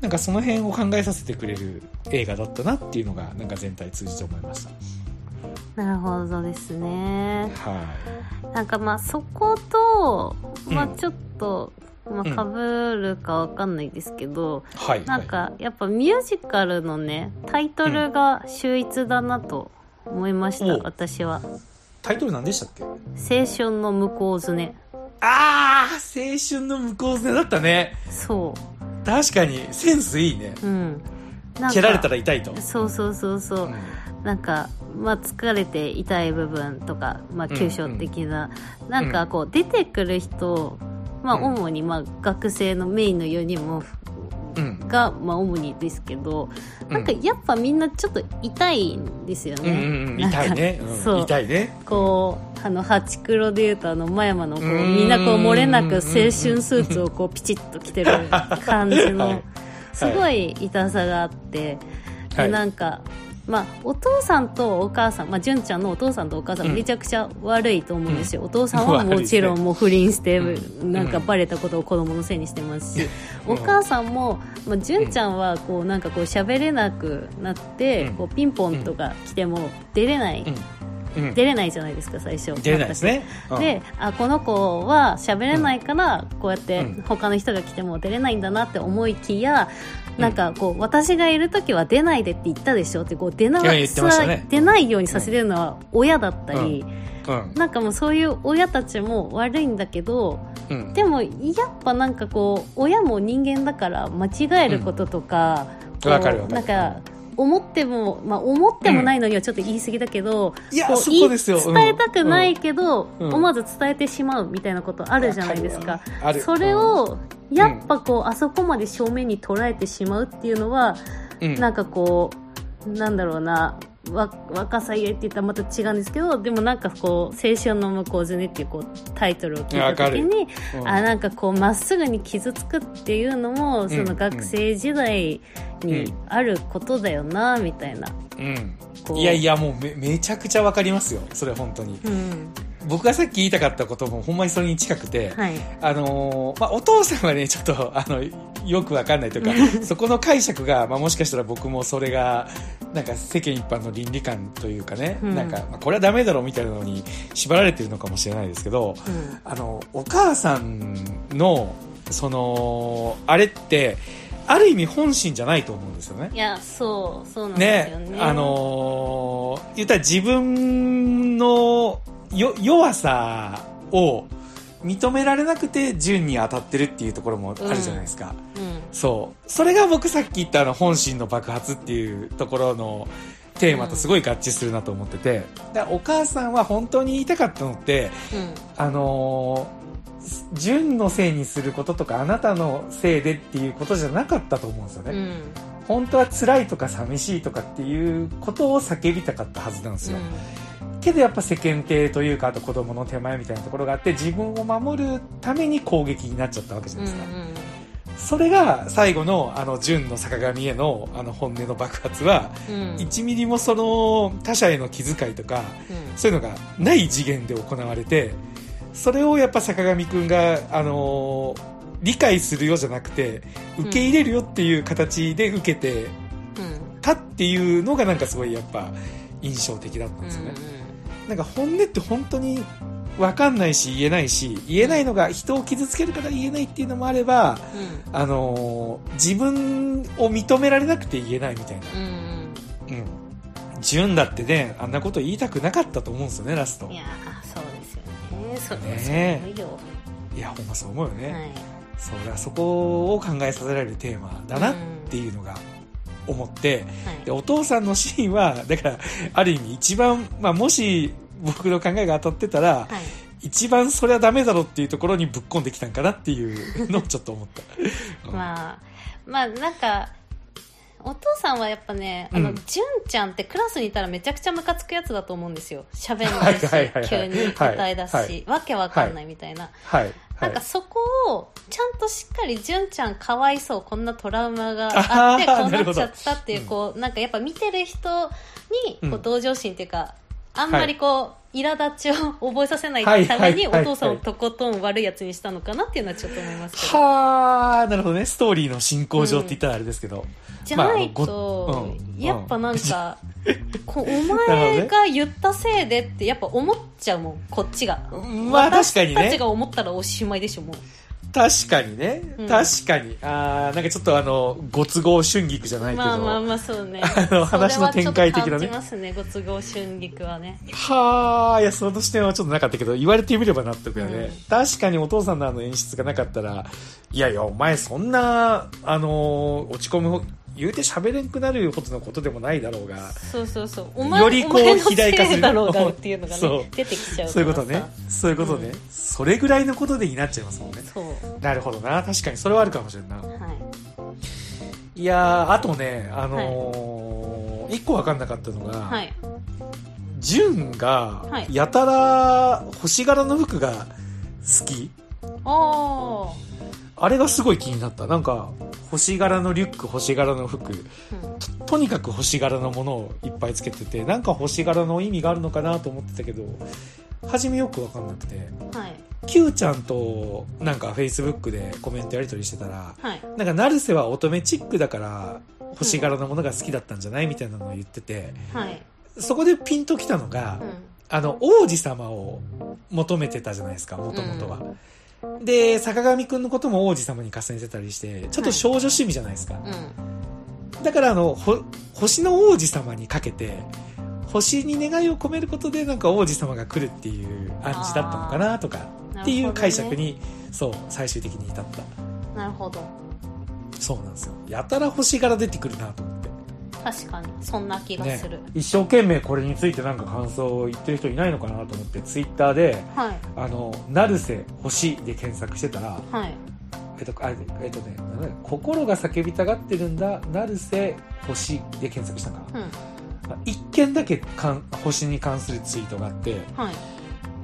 Speaker 1: なんかその辺を考えさせてくれる映画だったなっていうのがなんか全体通じて思いました
Speaker 2: なるほどですね
Speaker 1: はい
Speaker 2: なんかまあそこと、まあ
Speaker 1: うん
Speaker 2: ちょっと、ま
Speaker 1: うん
Speaker 2: あかぶるかわかんないですけど、
Speaker 1: はい
Speaker 2: なんかやっぱミュージカルのねタイトルが秀逸だなと思いました、
Speaker 1: お
Speaker 2: 私は
Speaker 1: タイトル何でしたっ
Speaker 2: 「
Speaker 1: け
Speaker 2: 青春の向こうずね
Speaker 1: ああ青春の向こうずねだったね」
Speaker 2: そ
Speaker 1: 確かにセンスいいね
Speaker 2: ううんなんか
Speaker 1: 蹴られたら痛いと、
Speaker 2: そうそうそうそううんなんか、まあ、疲れて痛い部分とか、まあ、急所的な、なんかこう出てくる人、まあ、
Speaker 1: うん
Speaker 2: 主にまあ学生のメインの4人も
Speaker 1: うん
Speaker 2: が、まあ、主にですけど
Speaker 1: うん
Speaker 2: なんかやっぱみんなちょっと痛いんですよ
Speaker 1: う
Speaker 2: ね。
Speaker 1: んうんうん、
Speaker 2: なんか
Speaker 1: 痛いね、うん
Speaker 2: そう
Speaker 1: 痛いね
Speaker 2: こうあのハチクロでいうとあの真山のこう
Speaker 1: うーん
Speaker 2: みんなこう漏れなく青春スーツをこうピチッと着てる感じ
Speaker 1: はいはい
Speaker 2: のすごい痛さがあって、
Speaker 1: は
Speaker 2: で
Speaker 1: い
Speaker 2: なんか、まあ、お父さんとお母さん、まあ、純ちゃんのお父さんとお母さん
Speaker 1: うん
Speaker 2: めちゃくちゃ悪いと思うんですよ、お父さん
Speaker 1: 悪
Speaker 2: はい
Speaker 1: ですね
Speaker 2: もちろんもう不倫して、
Speaker 1: うん
Speaker 2: なんか
Speaker 1: うん
Speaker 2: バレたことを子供のせいにしてますし、
Speaker 1: うん
Speaker 2: お母さんも、まあ、純ちゃんはこうなんかこう喋れなくなって、
Speaker 1: うん
Speaker 2: こうピンポンとか来ても出れない、
Speaker 1: うんうん
Speaker 2: 出れないじゃないですか最初
Speaker 1: 出れないですね、うん
Speaker 2: であこの子は喋れないからこうやって
Speaker 1: うん
Speaker 2: 他の人が来ても出れないんだなって思いきや、
Speaker 1: うん
Speaker 2: なんかこう私がいる時は出ないでって言ったでしょってこう出ない
Speaker 1: や言ってましたね
Speaker 2: 出ないようにさせるのは親だったり、
Speaker 1: うん
Speaker 2: なんかもうそういう親たちも悪いんだけど
Speaker 1: うん
Speaker 2: でもやっぱなんかこう親も人間だから間違えることとか、こう
Speaker 1: わかるわかる
Speaker 2: なんか思っても、まあ、思ってもないのにはちょっと言い過ぎだけど、
Speaker 1: いや
Speaker 2: こう
Speaker 1: そこですよ
Speaker 2: 言い伝えたくないけど、
Speaker 1: うん
Speaker 2: 思わず伝えてしまうみたいなことあるじゃないですか、
Speaker 1: ある
Speaker 2: それ、をやっぱこう、あそこまで正面に捉えてしまうっていうのは、
Speaker 1: うんうん
Speaker 2: なんかこうなんだろうなわ若さゆえって言ったらまた違うんですけどでもなんかこう「青春の向こうずね」っていうこうタイトルを聞いた時に
Speaker 1: うん
Speaker 2: あなんかこうまっすぐに傷つくっていうのもそ
Speaker 1: うん
Speaker 2: の学生時代
Speaker 1: う
Speaker 2: に
Speaker 1: ん
Speaker 2: あることだよなみたいな。
Speaker 1: うん
Speaker 2: こう
Speaker 1: いやいやもうめめちゃくちゃわかりますよそれ本当に
Speaker 2: うん
Speaker 1: 僕がさっき言いたかったこともほんまにそれに近くて、
Speaker 2: はい
Speaker 1: あのーまあ、お父さんはね、ちょっと、あの、よくわかんないというか、 [LAUGHS] そこの解釈が、まあ、もしかしたら僕もそれが、なんか世間一般の倫理観というかね、
Speaker 2: うん
Speaker 1: なんか、まあこれはダメだろうみたいなのに縛られてるのかもしれないですけど、
Speaker 2: うん
Speaker 1: あの、お母さんの、その、あれって、ある意味本心じゃないと思うんですよね
Speaker 2: い。やそうそうなんです
Speaker 1: ね
Speaker 2: よね。
Speaker 1: あのー言ったら自分のよ弱さを認められなくて順に当たってるっていうところもあるじゃないですか、
Speaker 2: うん
Speaker 1: そうそれが僕さっき言ったあの本心の爆発っていうところのテーマとすごい合致するなと思ってて、だからお母さんは本当に言いたかったのって
Speaker 2: うん
Speaker 1: あのー純のせいにすることとかあなたのせいでっていうことじゃなかったと思うんですよね、
Speaker 2: うん
Speaker 3: 本当は辛いとか寂しいとかっていうことを叫びたかったはずなんですよ、けどやっぱ世間体というかあと子供の手前みたいなところがあって自分を守るために攻撃になっちゃったわけじゃないですか、それが最後のあの純の坂上へのあの本音の爆発は、1ミリもその他者への気遣いとか、そういうのがない次元で行われてそれをやっぱ坂上くんが、あのー理解するよじゃなくて受け入れるよっていう形で受けてたっていうのがなんかすごいやっぱ印象的だったんですよね。なんか本音って本当に分かんないし言えないし言えないのが人を傷つけるから言えないっていうのもあれば、あのー自分を認められなくて言えないみたいな、うん、純だってねあんなこと言いたくなかったと思うんですよねラスト
Speaker 2: いやーそうですよねそれは
Speaker 3: ね
Speaker 2: そうよ、
Speaker 3: いやほんまそう思うよね、
Speaker 2: はい
Speaker 3: そうだからそこを考えさせられるテーマだなっていうのが思って、で
Speaker 2: はい
Speaker 3: お父さんのシーンはだからある意味一番、まあ、もし僕の考えが当たってたら、
Speaker 2: はい
Speaker 3: 一番それはダメだろっていうところにぶっ込んできたんかなっていうのをちょっと思った。うん
Speaker 2: まあ、まあなんかお父さんはやっぱね、あ
Speaker 3: う
Speaker 2: の
Speaker 3: ん
Speaker 2: 純ちゃんってクラスにいたらめちゃくちゃムカつくやつだと思うんですよ喋ん
Speaker 3: は
Speaker 2: ないいし
Speaker 3: はいはいはい
Speaker 2: 急に歌い出すし、
Speaker 3: はいはい
Speaker 2: わけわかんないみたいな、
Speaker 3: [LAUGHS] はい。
Speaker 2: なんか
Speaker 3: はい
Speaker 2: そこをちゃんとしっかり純ちゃんかわいそうこんなトラウマがあって
Speaker 3: あー
Speaker 2: こ
Speaker 3: な
Speaker 2: うな
Speaker 3: る
Speaker 2: っ
Speaker 3: ほど
Speaker 2: ちゃったっていうこうなんかやっぱ見てる人にこ
Speaker 3: う
Speaker 2: うん同情心っていうか、あんまりこう苛立ちを覚えさせな
Speaker 3: はいい
Speaker 2: ため
Speaker 3: はい
Speaker 2: にお
Speaker 3: はい
Speaker 2: 父さんをとことん悪いやつにしたのかなっていうのはちょっと思いますけど。
Speaker 3: はーなるほどね。ストーリーの進行上って言ったらあれですけど。
Speaker 2: じゃない
Speaker 3: まああのご、
Speaker 2: と
Speaker 3: うん
Speaker 2: やっぱなんか、こうお
Speaker 3: なるほどね
Speaker 2: 前が言ったせいでってやっぱ思っちゃうもん、こっちが。
Speaker 3: まあ確
Speaker 2: 私
Speaker 3: かに
Speaker 2: たち
Speaker 3: ね。
Speaker 2: が思ったらおしまいでしょ、もう。
Speaker 3: 確かにね。
Speaker 2: うん
Speaker 3: 確かに。あーなんかちょっとあの、ご都合春菊じゃないけど。
Speaker 2: まあまあまあ、そう
Speaker 3: [LAUGHS]
Speaker 2: ね。
Speaker 3: あの話の展開的
Speaker 2: そ
Speaker 3: なね
Speaker 2: れはちょっと感じますね、ご都合春菊はね。
Speaker 3: はあ、いや、その視点はちょっとなかったけど、言われてみれば納得よね。
Speaker 2: うん
Speaker 3: 確かにお父さんのあの演出がなかったら、いやいや、お前そんな、あのー落ち込む、言うて喋れんくなるほどのことでもないだろうが、
Speaker 2: そうそうそう。お前
Speaker 3: よりこう
Speaker 2: お前の
Speaker 3: 肥大化する
Speaker 2: せいだろうがっていうのが
Speaker 3: そう
Speaker 2: ね、出てきちゃう
Speaker 3: そ
Speaker 2: か
Speaker 3: ういう
Speaker 2: ら
Speaker 3: ことね
Speaker 2: さ。
Speaker 3: そういうことね。
Speaker 2: う
Speaker 3: それぐらいのことでになっちゃいますもんね。
Speaker 2: そう。
Speaker 3: なるほどな。確かに、それはあるかもしれんな。
Speaker 2: はい。
Speaker 3: いやー、あとね、あのー一個わかんなかったのが、
Speaker 2: はい。
Speaker 3: ジュンが
Speaker 2: は、い
Speaker 3: やたら、星柄の服が好き。
Speaker 2: あ
Speaker 3: あれがすごい気になった。なんか、星柄のリュック、星柄の服、
Speaker 2: ー
Speaker 3: ととにかく星柄のものをいっぱいつけてて、なんか星柄の意味があるのかなと思ってたけど、初めよくわかんなくて、
Speaker 2: うん。はい。
Speaker 3: Q ちゃんとなんか Facebook でコメントやり取りしてたら、
Speaker 2: はい。
Speaker 3: なんか成瀬は乙女チックだから、星柄のものが好きだったんじゃないみたいなのを言ってて、
Speaker 2: はい。
Speaker 3: そこでピンときたのが
Speaker 2: う、ん。
Speaker 3: あの、王子様を求めてたじゃないですか、もともとは。で、坂上くんのことも王子様に重ねてたりして、ちょっと少女趣味じゃないですか。
Speaker 2: うん。
Speaker 3: だから、あの、ほ星の王子様にかけて、星に願いを込めることで、なんか王子様が来るっていう暗示だったのかなとか、っていう解釈に、そう、最終的に至った。
Speaker 2: なるほどね。
Speaker 3: そうなんですよ。やたら星柄出てくるなと思って。
Speaker 2: なるほど。確かに。そんな気が
Speaker 3: ね
Speaker 2: する。、
Speaker 3: 一生懸命これについてなんか感想を言ってる人いないのかなと思って、ツイッターで、
Speaker 2: はい。
Speaker 3: あの、成瀬星で検索してたら、
Speaker 2: はい。
Speaker 3: えっと、あえっとね、なんだっけ心が叫びたがってるんだ、成瀬星で検索したんか
Speaker 2: う
Speaker 3: な。
Speaker 2: ん。
Speaker 3: 一件だけかん星に関するツイートがあって、
Speaker 2: はい。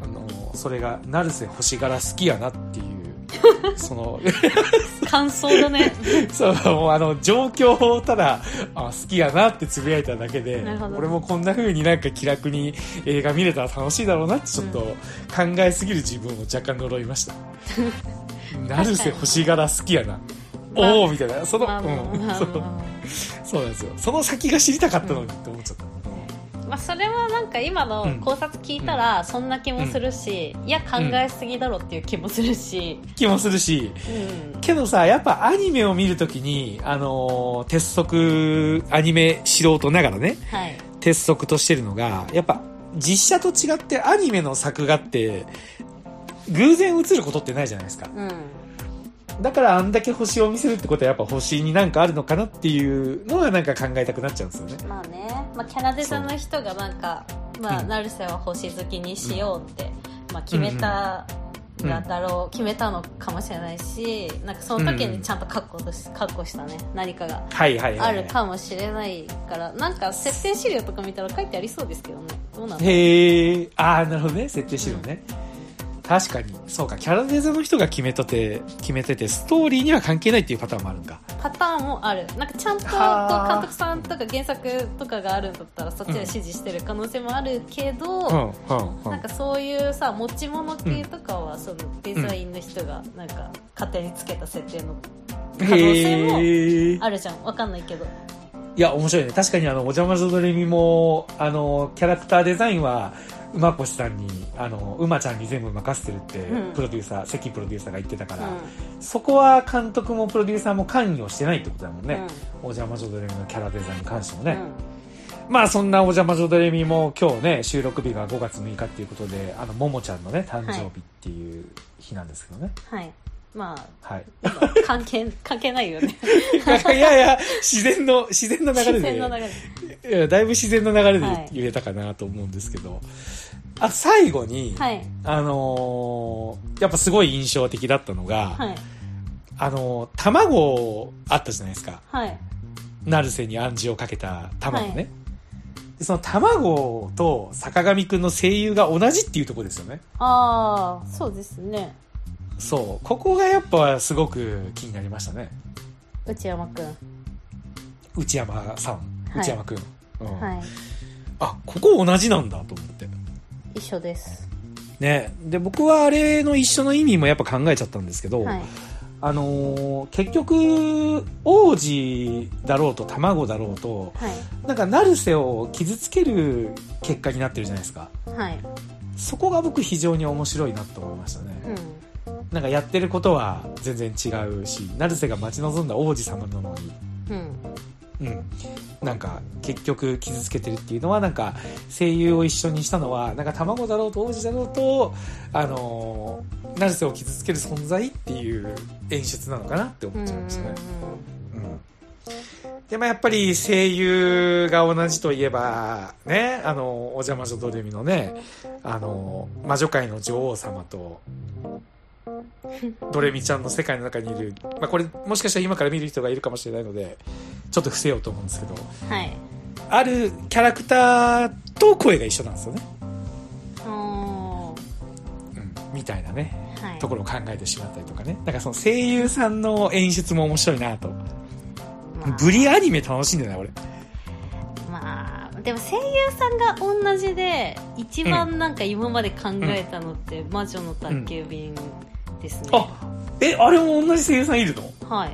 Speaker 3: あの、それが、成瀬星柄好きやなって
Speaker 2: [LAUGHS]
Speaker 3: いう、その、
Speaker 2: 感想だね。
Speaker 3: その、あの、状況をただ、あ好きやなってつぶやいただけで
Speaker 2: なるほ、ど
Speaker 3: 俺もこんな風になんか気楽に映画見れたら楽しいだろうなってちょっと考えすぎる自分を若干呪いました。
Speaker 2: [LAUGHS]
Speaker 3: 成瀬星柄好きやな。
Speaker 2: まあ
Speaker 3: [LAUGHS] おおみたいな。その、
Speaker 2: まあまあ
Speaker 3: うん
Speaker 2: まあ
Speaker 3: そう
Speaker 2: ま
Speaker 3: そうなんですよ。その先が知りたかったのにって思っちゃった。
Speaker 2: あまあそれはなんか今の考察聞いたらそんな気もするし、いや考えすぎだろっていう気もするし、
Speaker 3: 気もするし、
Speaker 2: うん、
Speaker 3: けどさ、やっぱアニメを見るときに、あのー鉄則、アニメ素人ながらね、
Speaker 2: はい。
Speaker 3: 鉄則としてるのが、やっぱ実写と違ってアニメの作画って、偶然映ることってないじゃないですか。
Speaker 2: うん。
Speaker 3: だからあんだけ星を見せるってことはやっぱ星になんかあるのかなっていうのがなんか考えたくなっちゃうんですよね。
Speaker 2: まあね、まあキャラデザの人がなんか、まあ
Speaker 3: うん
Speaker 2: 成瀬は星好きにしようって、まあ決めた月が当たろう決めたのかもしれないし、なんかその時にちゃんと確保とし確保したね何かが
Speaker 3: はいはい
Speaker 2: あ
Speaker 3: はい、は
Speaker 2: る
Speaker 3: い。
Speaker 2: かもしれないからなんか設定資料とか見たら書いてありそうですけどねどうなの
Speaker 3: へえ、ああ、なるほどね、設定資料ね。確かに、そうか、キャラデザの人が決めとて、決めてて、ストーリーには関係ないっていうパターンもあるんだ。
Speaker 2: パターンもあるなんかちゃんとこう
Speaker 3: はあ
Speaker 2: 監督さんとか原作とかがあるんだったらそっちで指示してる可能性もあるけど、
Speaker 3: うん、うん、う
Speaker 2: なん
Speaker 3: ん。
Speaker 2: かそういうさ持ち物系とかはそのデザインの人がなんか勝手につけた設定の可能性も
Speaker 3: へえ。
Speaker 2: あるじゃんわかんないけど
Speaker 3: いや、面白いね。確かに、あの、お邪魔女ドレミも、あの、キャラクターデザインは、馬越さんに、あの、馬ちゃんに全部任せてるって、
Speaker 2: うん
Speaker 3: プロデューサー、関プロデューサーが言ってたから、
Speaker 2: う
Speaker 3: そこは監督もプロデューサーも関与してないってことだもん
Speaker 2: ん
Speaker 3: ね。お邪魔女ドレミのキャラデザインに関しても
Speaker 2: うん
Speaker 3: ね。まあそんなお邪魔女ドレミも今日ね収録日が5月6日っていうことであのももちゃんのね誕生日っていう日なんですけどね
Speaker 2: はいまあ [LAUGHS]
Speaker 3: はい、
Speaker 2: 今関係 [LAUGHS] 関係ないよね
Speaker 3: い、やいや自然の自然の流れ
Speaker 2: 自
Speaker 3: で
Speaker 2: 然の流れ
Speaker 3: いやだいぶ自然の流れで
Speaker 2: はい
Speaker 3: 言えたかなと思うんですけど、あ最後に、
Speaker 2: はい
Speaker 3: あのーやっぱすごい印象的だったのが、
Speaker 2: はい
Speaker 3: あのー卵あったじゃないですか
Speaker 2: はい
Speaker 3: 成瀬に暗示をかけた卵ね、でその卵と坂上くんの声優が同じっていうところですよね
Speaker 2: ああそうですね
Speaker 3: そう、ここがやっぱすごく気になりましたね。
Speaker 2: 内山くん
Speaker 3: 内山さん、
Speaker 2: はい
Speaker 3: 内山くん。うん
Speaker 2: はい
Speaker 3: あ、ここ同じなんだと思って。
Speaker 2: 一緒です
Speaker 3: ね。で、僕はあれの一緒の意味もやっぱ考えちゃったんですけど、
Speaker 2: はい
Speaker 3: あのー結局、王子だろうと卵だろうと、
Speaker 2: はい
Speaker 3: なんか、成瀬を傷つける結果になってるじゃないですか。
Speaker 2: はい
Speaker 3: そこが僕非常に面白いなと思いましたね。
Speaker 2: うん
Speaker 3: なんかやってることは全然違うし、成瀬が待ち望んだ王子様なのに、
Speaker 2: うん
Speaker 3: うん、なんか結局傷つけてるっていうのはなんか声優を一緒にしたのはなんか卵だろうと王子だろうとあのー成瀬を傷つける存在っていう演出なのかなって
Speaker 2: う
Speaker 3: 思
Speaker 2: ん
Speaker 3: っちゃいましたね。うんでまあ、やっぱり声優が同じといえば、ね、あの、お邪魔女ドレミのね、あの、魔女界の女王様 [LAUGHS] と、ドレミちゃんの世界の中にいる、まあ、これ、もしかしたら今から見る人がいるかもしれないので、ちょっと伏せようと思うんですけど、
Speaker 2: はい
Speaker 3: あるキャラクターと声が一緒なんですよね。う
Speaker 2: おー
Speaker 3: ん、みたいなね、
Speaker 2: はい
Speaker 3: ところを考えてしまったりとかね。なんかその声優さんの演出も面白いなと。
Speaker 2: まあ
Speaker 3: ブリアニメ楽しんでない俺。
Speaker 2: まあでも声優さんが同じで一番なんか今まで考えたのって「魔女の宅急便」ですね、
Speaker 3: あ、え、あれも同じ声優さんいるの
Speaker 2: はい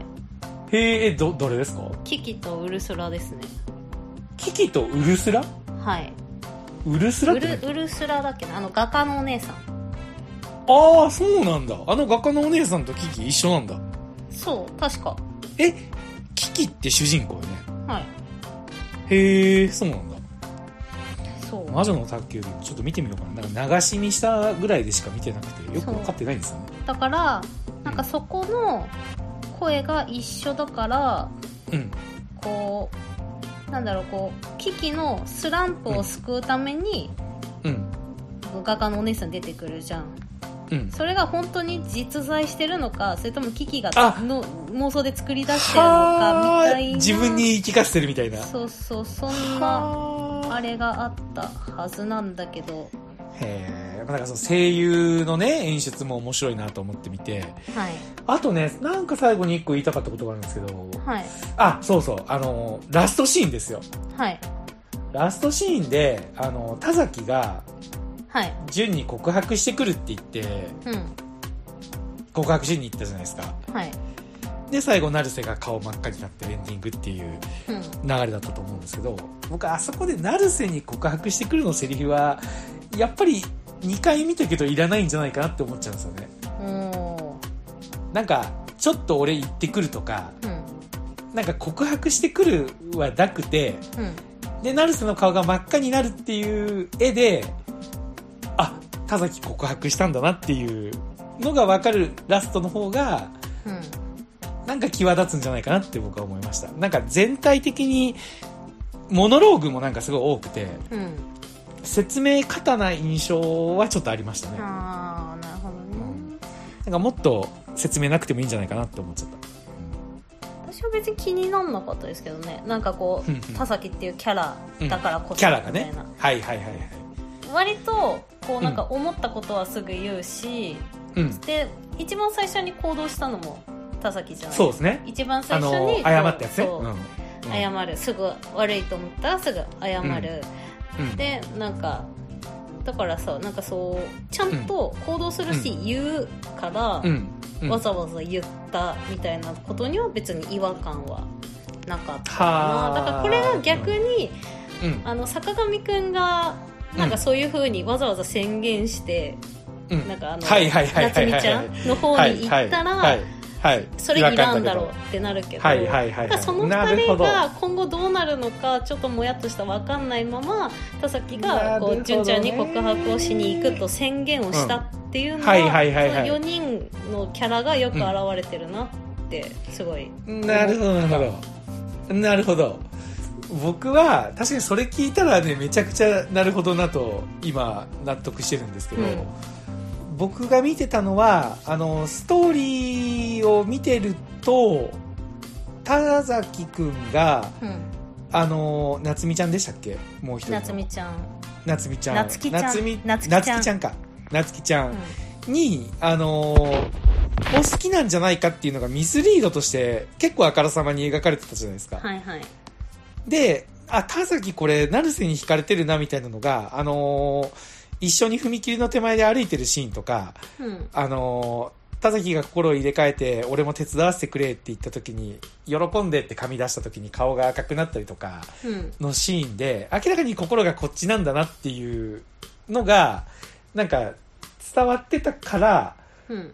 Speaker 3: へえ、ど、どれですか
Speaker 2: キキとウルスラですね
Speaker 3: キキとウルスラ
Speaker 2: はい
Speaker 3: ウルスラっ
Speaker 2: ウ
Speaker 3: て
Speaker 2: ル
Speaker 3: 何
Speaker 2: ウルスラだっけなあの画家のお姉さん
Speaker 3: ああ、そうなんだ。あの画家のお姉さんとキキ一緒なんだ。
Speaker 2: そう確か
Speaker 3: え、キキって主人公よね。
Speaker 2: はい
Speaker 3: へえ、そうなんだ。
Speaker 2: そう
Speaker 3: 魔女の卓球でちょっと見てみようかな。なんか流し見したぐらいでしか見てなくて、よくわかってないんですよね。
Speaker 2: だからなんかそこの声が一緒だから
Speaker 3: うん。
Speaker 2: こうなんだろうこうキキのスランプを救うために、
Speaker 3: うん。
Speaker 2: 画家のお姉さん出てくるじゃん
Speaker 3: うん。
Speaker 2: それが本当に実在してるのかそれともキキが
Speaker 3: あ
Speaker 2: の妄想で作り出してるのか
Speaker 3: は
Speaker 2: みたい
Speaker 3: ー
Speaker 2: な
Speaker 3: 自分に言い聞かせてるみたいな。
Speaker 2: そうそうそんな
Speaker 3: は
Speaker 2: あ
Speaker 3: あ
Speaker 2: れがあったはずなんだけど
Speaker 3: へえ、なんかその声優のね、演出も面白いなと思ってみて。
Speaker 2: はい
Speaker 3: あとね、なんか最後に一個言いたかったことがあるんですけど、
Speaker 2: はい
Speaker 3: あ、そうそう、あの、ラストシーンですよ。
Speaker 2: はい
Speaker 3: ラストシーンで、あの、田崎が、
Speaker 2: はい
Speaker 3: 純に告白してくるって言って、
Speaker 2: うん
Speaker 3: 告白しに行ったじゃないですか。
Speaker 2: はい
Speaker 3: で、最後、成瀬が顔真っ赤になってエンディングっていう
Speaker 2: う
Speaker 3: 流
Speaker 2: ん
Speaker 3: れだったと思うんですけど、僕、あそこで成瀬に告白してくるのセリフは、やっぱり2回見たけどいらないんじゃないかなって思っちゃうんですよね。
Speaker 2: おー
Speaker 3: なんか、ちょっと俺行ってくるとか、
Speaker 2: うん
Speaker 3: なんか告白してくるはなくて、
Speaker 2: うん
Speaker 3: で、成瀬の顔が真っ赤になるっていう絵で、あ、田崎告白したんだなっていうのがわかるラストの方が、
Speaker 2: うん
Speaker 3: なんか際立つんじゃないかなって僕は思いました。なんか全体的に、モノローグもなんかすごい多くて、
Speaker 2: うん
Speaker 3: 説明方な印象はちょっとありましたね。
Speaker 2: ああなるほどね
Speaker 3: うんなんかもっと説明なくてもいいんじゃないかなって思っちゃった
Speaker 2: 私は別に気になんなかったですけどねなんかこ
Speaker 3: うんうん
Speaker 2: う田崎っていうキャラだからこそ
Speaker 3: キャラが
Speaker 2: みた
Speaker 3: ね
Speaker 2: いな、
Speaker 3: はいはいはいはい
Speaker 2: 割とこうなんか思ったことはすぐ言うし、
Speaker 3: うん
Speaker 2: で一番最初に行動したのも田崎じゃない
Speaker 3: そうですね
Speaker 2: 一番最
Speaker 3: あ
Speaker 2: 初
Speaker 3: の謝っ
Speaker 2: に
Speaker 3: たやつね
Speaker 2: そううん
Speaker 3: うん
Speaker 2: 謝るすぐ悪いと思ったらすぐ謝る、
Speaker 3: うん
Speaker 2: でなんかだからさなんかそうちゃんと行動するし、言うから、
Speaker 3: うんうん
Speaker 2: わざわざ言ったみたいなことには別に違和感はなかった
Speaker 3: はあ
Speaker 2: かなだからこれが逆に、
Speaker 3: うん
Speaker 2: あの坂上くんがなんかそういうふうにわざわざ宣言して、
Speaker 3: うん
Speaker 2: なんかあの、
Speaker 3: はいはいはいはいはい
Speaker 2: 夏美
Speaker 3: はい
Speaker 2: ちゃんの方に行ったら、
Speaker 3: はいはいはい
Speaker 2: それいらんだろうってなるけど、
Speaker 3: はいはいはい
Speaker 2: なんかその
Speaker 3: なる
Speaker 2: 2
Speaker 3: ほ
Speaker 2: 人
Speaker 3: ど
Speaker 2: が今後どうなるのかちょっともやっとした分かんないまま田崎
Speaker 3: な
Speaker 2: が
Speaker 3: るほ
Speaker 2: こ
Speaker 3: ど
Speaker 2: う
Speaker 3: ね
Speaker 2: 純ちゃんに告白をしに行くと宣言をしたっていうの
Speaker 3: うんはいはいはいはい
Speaker 2: は4人のキャラがよく表れてるなってすごい、
Speaker 3: なるほどなるほどなるほど僕は確かにそれ聞いたらねめちゃくちゃなるほどなと今納得してるんですけど、
Speaker 2: うん
Speaker 3: 僕が見てたのはあのストーリーを見てると田崎くんが
Speaker 2: うん、
Speaker 3: あの夏美ちゃんでしたっけもう一人の
Speaker 2: 夏美ちゃん、
Speaker 3: 夏美ちゃん
Speaker 2: 夏希ちゃん
Speaker 3: 夏美
Speaker 2: 夏希ちゃん
Speaker 3: 夏希ちゃんか夏希ちゃ
Speaker 2: うん
Speaker 3: んに、あのーお好きなんじゃないかっていうのがミスリードとして結構あからさまに描かれてたじゃないですか、
Speaker 2: はいはい
Speaker 3: であ田崎これ成瀬に惹かれてるなみたいなのが、あのー一緒に踏切の手前で歩いてるシーンとか、
Speaker 2: うん
Speaker 3: あのー田崎が心を入れ替えて俺も手伝わせてくれって言った時に喜んでって髪出した時に顔が赤くなったりとか
Speaker 2: うん
Speaker 3: のシーンで明らかに心がこっちなんだなっていうのがなんか伝わってたから
Speaker 2: うん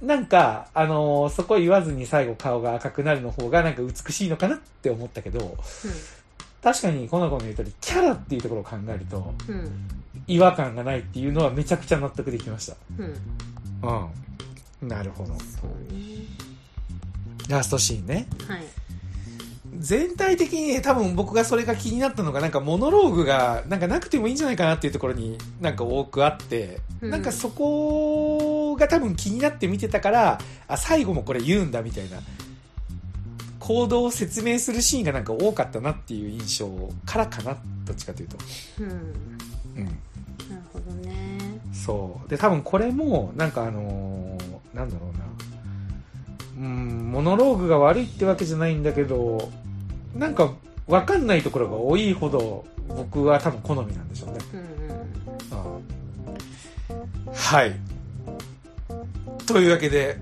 Speaker 3: なんか、あのーそこ言わずに最後顔が赤くなるの方がなんか美しいのかなって思ったけど、確かにこの子の言う通り、キャラっていうところを考えると、
Speaker 2: うんうん
Speaker 3: 違和感がないっていうのはめちゃくちゃ納得できまし
Speaker 2: うん
Speaker 3: た。うん。なるほど。
Speaker 2: そうね
Speaker 3: ラストシーンね。
Speaker 2: はい
Speaker 3: 全体的にね、多分僕がそれが気になったのが、なんかモノローグが、なんかなくてもいいんじゃないかなっていうところになんか多くあって、
Speaker 2: うん
Speaker 3: なんかそこが多分気になって見てたから、あ、最後もこれ言うんだみたいな、行動を説明するシーンがなんか多かったなっていう印象からかな、どっちかというと。
Speaker 2: うん
Speaker 3: うん。
Speaker 2: なるほどね
Speaker 3: そう。で、多分これも、なんかあのーなんだろうな。うん、モノローグが悪いってわけじゃないんだけど、なんか、わかんないところが多いほど、僕は多分好みなんでしょうね。
Speaker 2: うんうん
Speaker 3: うんはい。というわけで、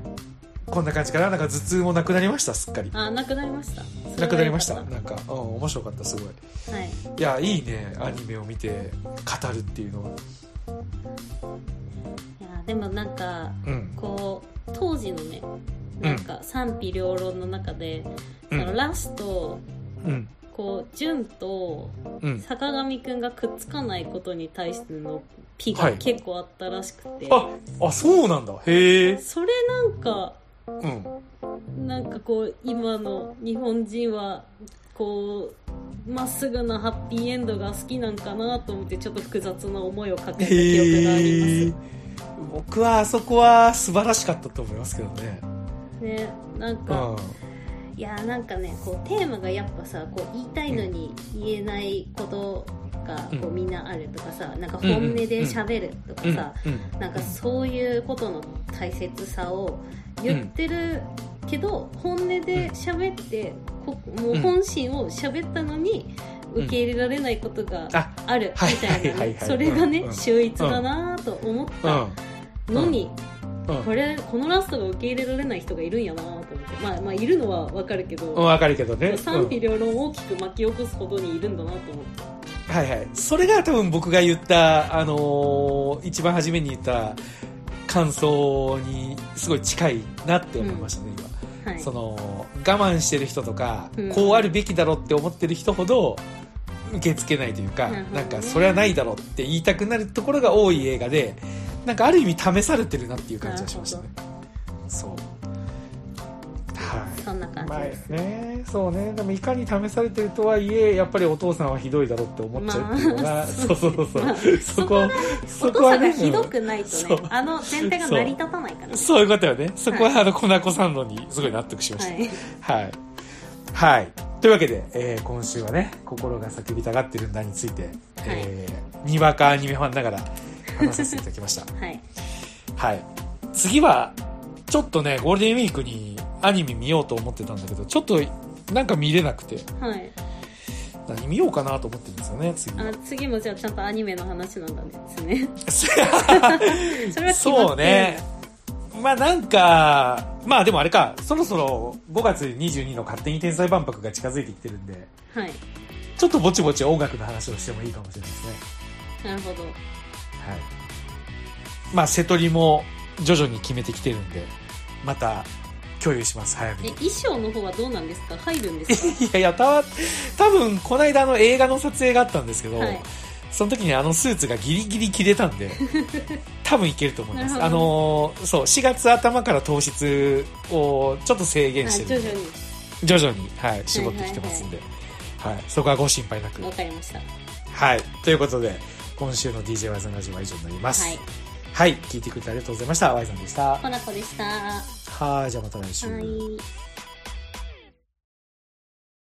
Speaker 3: こんな感じかな。なんか頭痛もなくなりました、すっかり。
Speaker 2: あなくなりました
Speaker 3: なくなりました。
Speaker 2: は
Speaker 3: なんか、うん、面白かった、すごい。
Speaker 2: い
Speaker 3: いや、いいね、アニメを見て、語るっていうのは。
Speaker 2: いやでもなんか
Speaker 3: うん。
Speaker 2: こう当時のねなんか賛否両論の中で、
Speaker 3: うん
Speaker 2: そのラスト
Speaker 3: うん。
Speaker 2: こう潤と
Speaker 3: うん。
Speaker 2: 坂上くんがくっつかないことに対してのピ
Speaker 3: は
Speaker 2: が
Speaker 3: い
Speaker 2: 結構あったらしくて、
Speaker 3: あ、あ、そうなんだ。へえ。
Speaker 2: それなんか
Speaker 3: うん。
Speaker 2: なんかこう今の日本人はこうまっすぐなハッピーエンドが好きなんかなと思ってちょっと複雑な思いをかけた [LAUGHS] 記憶がありま
Speaker 3: ー僕はあそこは素晴らしかったと思いますけどね。
Speaker 2: す。ね、なん
Speaker 3: う
Speaker 2: か、
Speaker 3: ん。
Speaker 2: いやーなんかねこうテーマがやっぱさこう言いたいのに言えないことがこ
Speaker 3: う
Speaker 2: うんみんなあるとかさなんか本音で喋るとかさ
Speaker 3: うん
Speaker 2: なんかそういうことの大切さを言ってるけど本音で喋ってこもう本心を喋ったのに
Speaker 3: うん
Speaker 2: 受け入れられないことが
Speaker 3: あ
Speaker 2: ある
Speaker 3: はい
Speaker 2: みたいな
Speaker 3: はいはい
Speaker 2: ね
Speaker 3: はい
Speaker 2: それが
Speaker 3: うん
Speaker 2: ね
Speaker 3: うん
Speaker 2: 秀逸だなと思ったのに
Speaker 3: うん。
Speaker 2: これこのラストが受け入れられない人がいるんやなと思ってまあまあいるのはわかるけど。
Speaker 3: うん。わかるけどね。
Speaker 2: 賛否
Speaker 3: うん
Speaker 2: 両論を大きく巻き起こすほどにいるんだなと思って
Speaker 3: はいはい。それが多分僕が言った、あのー一番初めに言った感想にすごい近いなって思いましたね、今。
Speaker 2: はい
Speaker 3: その、我慢してる人とか、
Speaker 2: うん
Speaker 3: こうあるべきだろうって思ってる人ほど、受け付けないというか、
Speaker 2: なるほど
Speaker 3: な
Speaker 2: ね
Speaker 3: んか、それはないだろうって言いたくなるところが多い映画で、なんかある意味試されてるなっていう感じがしましたね。そう。はい。
Speaker 2: そんな感じ
Speaker 3: まあ
Speaker 2: です、
Speaker 3: ね、そうね、でもいかに試されてるとはいえ、やっぱりお父さんはひどいだろうって思っちゃうっていうのが、
Speaker 2: まあ
Speaker 3: そうそうそうそう、
Speaker 2: まあ
Speaker 3: そこ、
Speaker 2: お
Speaker 3: そ
Speaker 2: 父
Speaker 3: こ
Speaker 2: さ
Speaker 3: は
Speaker 2: んが
Speaker 3: ね、
Speaker 2: ひどくないと
Speaker 3: そ
Speaker 2: ね
Speaker 3: う、
Speaker 2: あの全体が成り立たないからね。
Speaker 3: そういうことよね、そこはあの、粉子さんのにすごい納得しました。
Speaker 2: はい。
Speaker 3: はい。はい。というわけで、えー今週はね、心が叫びたがってるんだについて、えーにわかアニメファンながら話させていただきま
Speaker 2: [LAUGHS]
Speaker 3: した。
Speaker 2: はい。
Speaker 3: はい。次は、ちょっとね、ゴールデンウィークにアニメ見ようと思ってたんだけど、ちょっとなんか見れなくて、
Speaker 2: はい。
Speaker 3: 何見ようかなと思ってるんですよね、次は
Speaker 2: あ。次もじゃあちゃんとアニメの話なんですね。
Speaker 3: [LAUGHS]
Speaker 2: それは決まってる
Speaker 3: そうね。まあなんか、まあでもあれか、そろそろ5月22の勝手に天才万博が近づいてきてるんで、
Speaker 2: はい。
Speaker 3: ちょっとぼちぼち音楽の話をしてもいいかもしれないですね。
Speaker 2: なるほど。
Speaker 3: はい。まあ、瀬取りも徐々に決めてきてるんで、また共有します、早め
Speaker 2: え、
Speaker 3: に。
Speaker 2: 衣装の方はどうなんですか入るんです
Speaker 3: いやいや、たわ、多分この間あの映画の撮影があったんですけ
Speaker 2: か
Speaker 3: ど、
Speaker 2: はい。
Speaker 3: その時にあのスーツがギリギリ切れたん [LAUGHS] で、多分いけると思いま
Speaker 2: な
Speaker 3: す。あ
Speaker 2: る
Speaker 3: のーそう、4月頭から糖質をちょっと制限
Speaker 2: あ
Speaker 3: して
Speaker 2: 徐
Speaker 3: るん
Speaker 2: 々
Speaker 3: で、
Speaker 2: に
Speaker 3: 徐々に、はい、絞ってきてますんで、はいそこはご心配なく。
Speaker 2: 分かりました。は
Speaker 3: はい、ということで、今週の DJ ワイズンラジオは以上になります。
Speaker 2: い。
Speaker 3: はい、聞いてくれてありがとうございました。ワイさんでした。
Speaker 2: コナコでした。は
Speaker 3: はい、じゃあまた来週。
Speaker 2: い。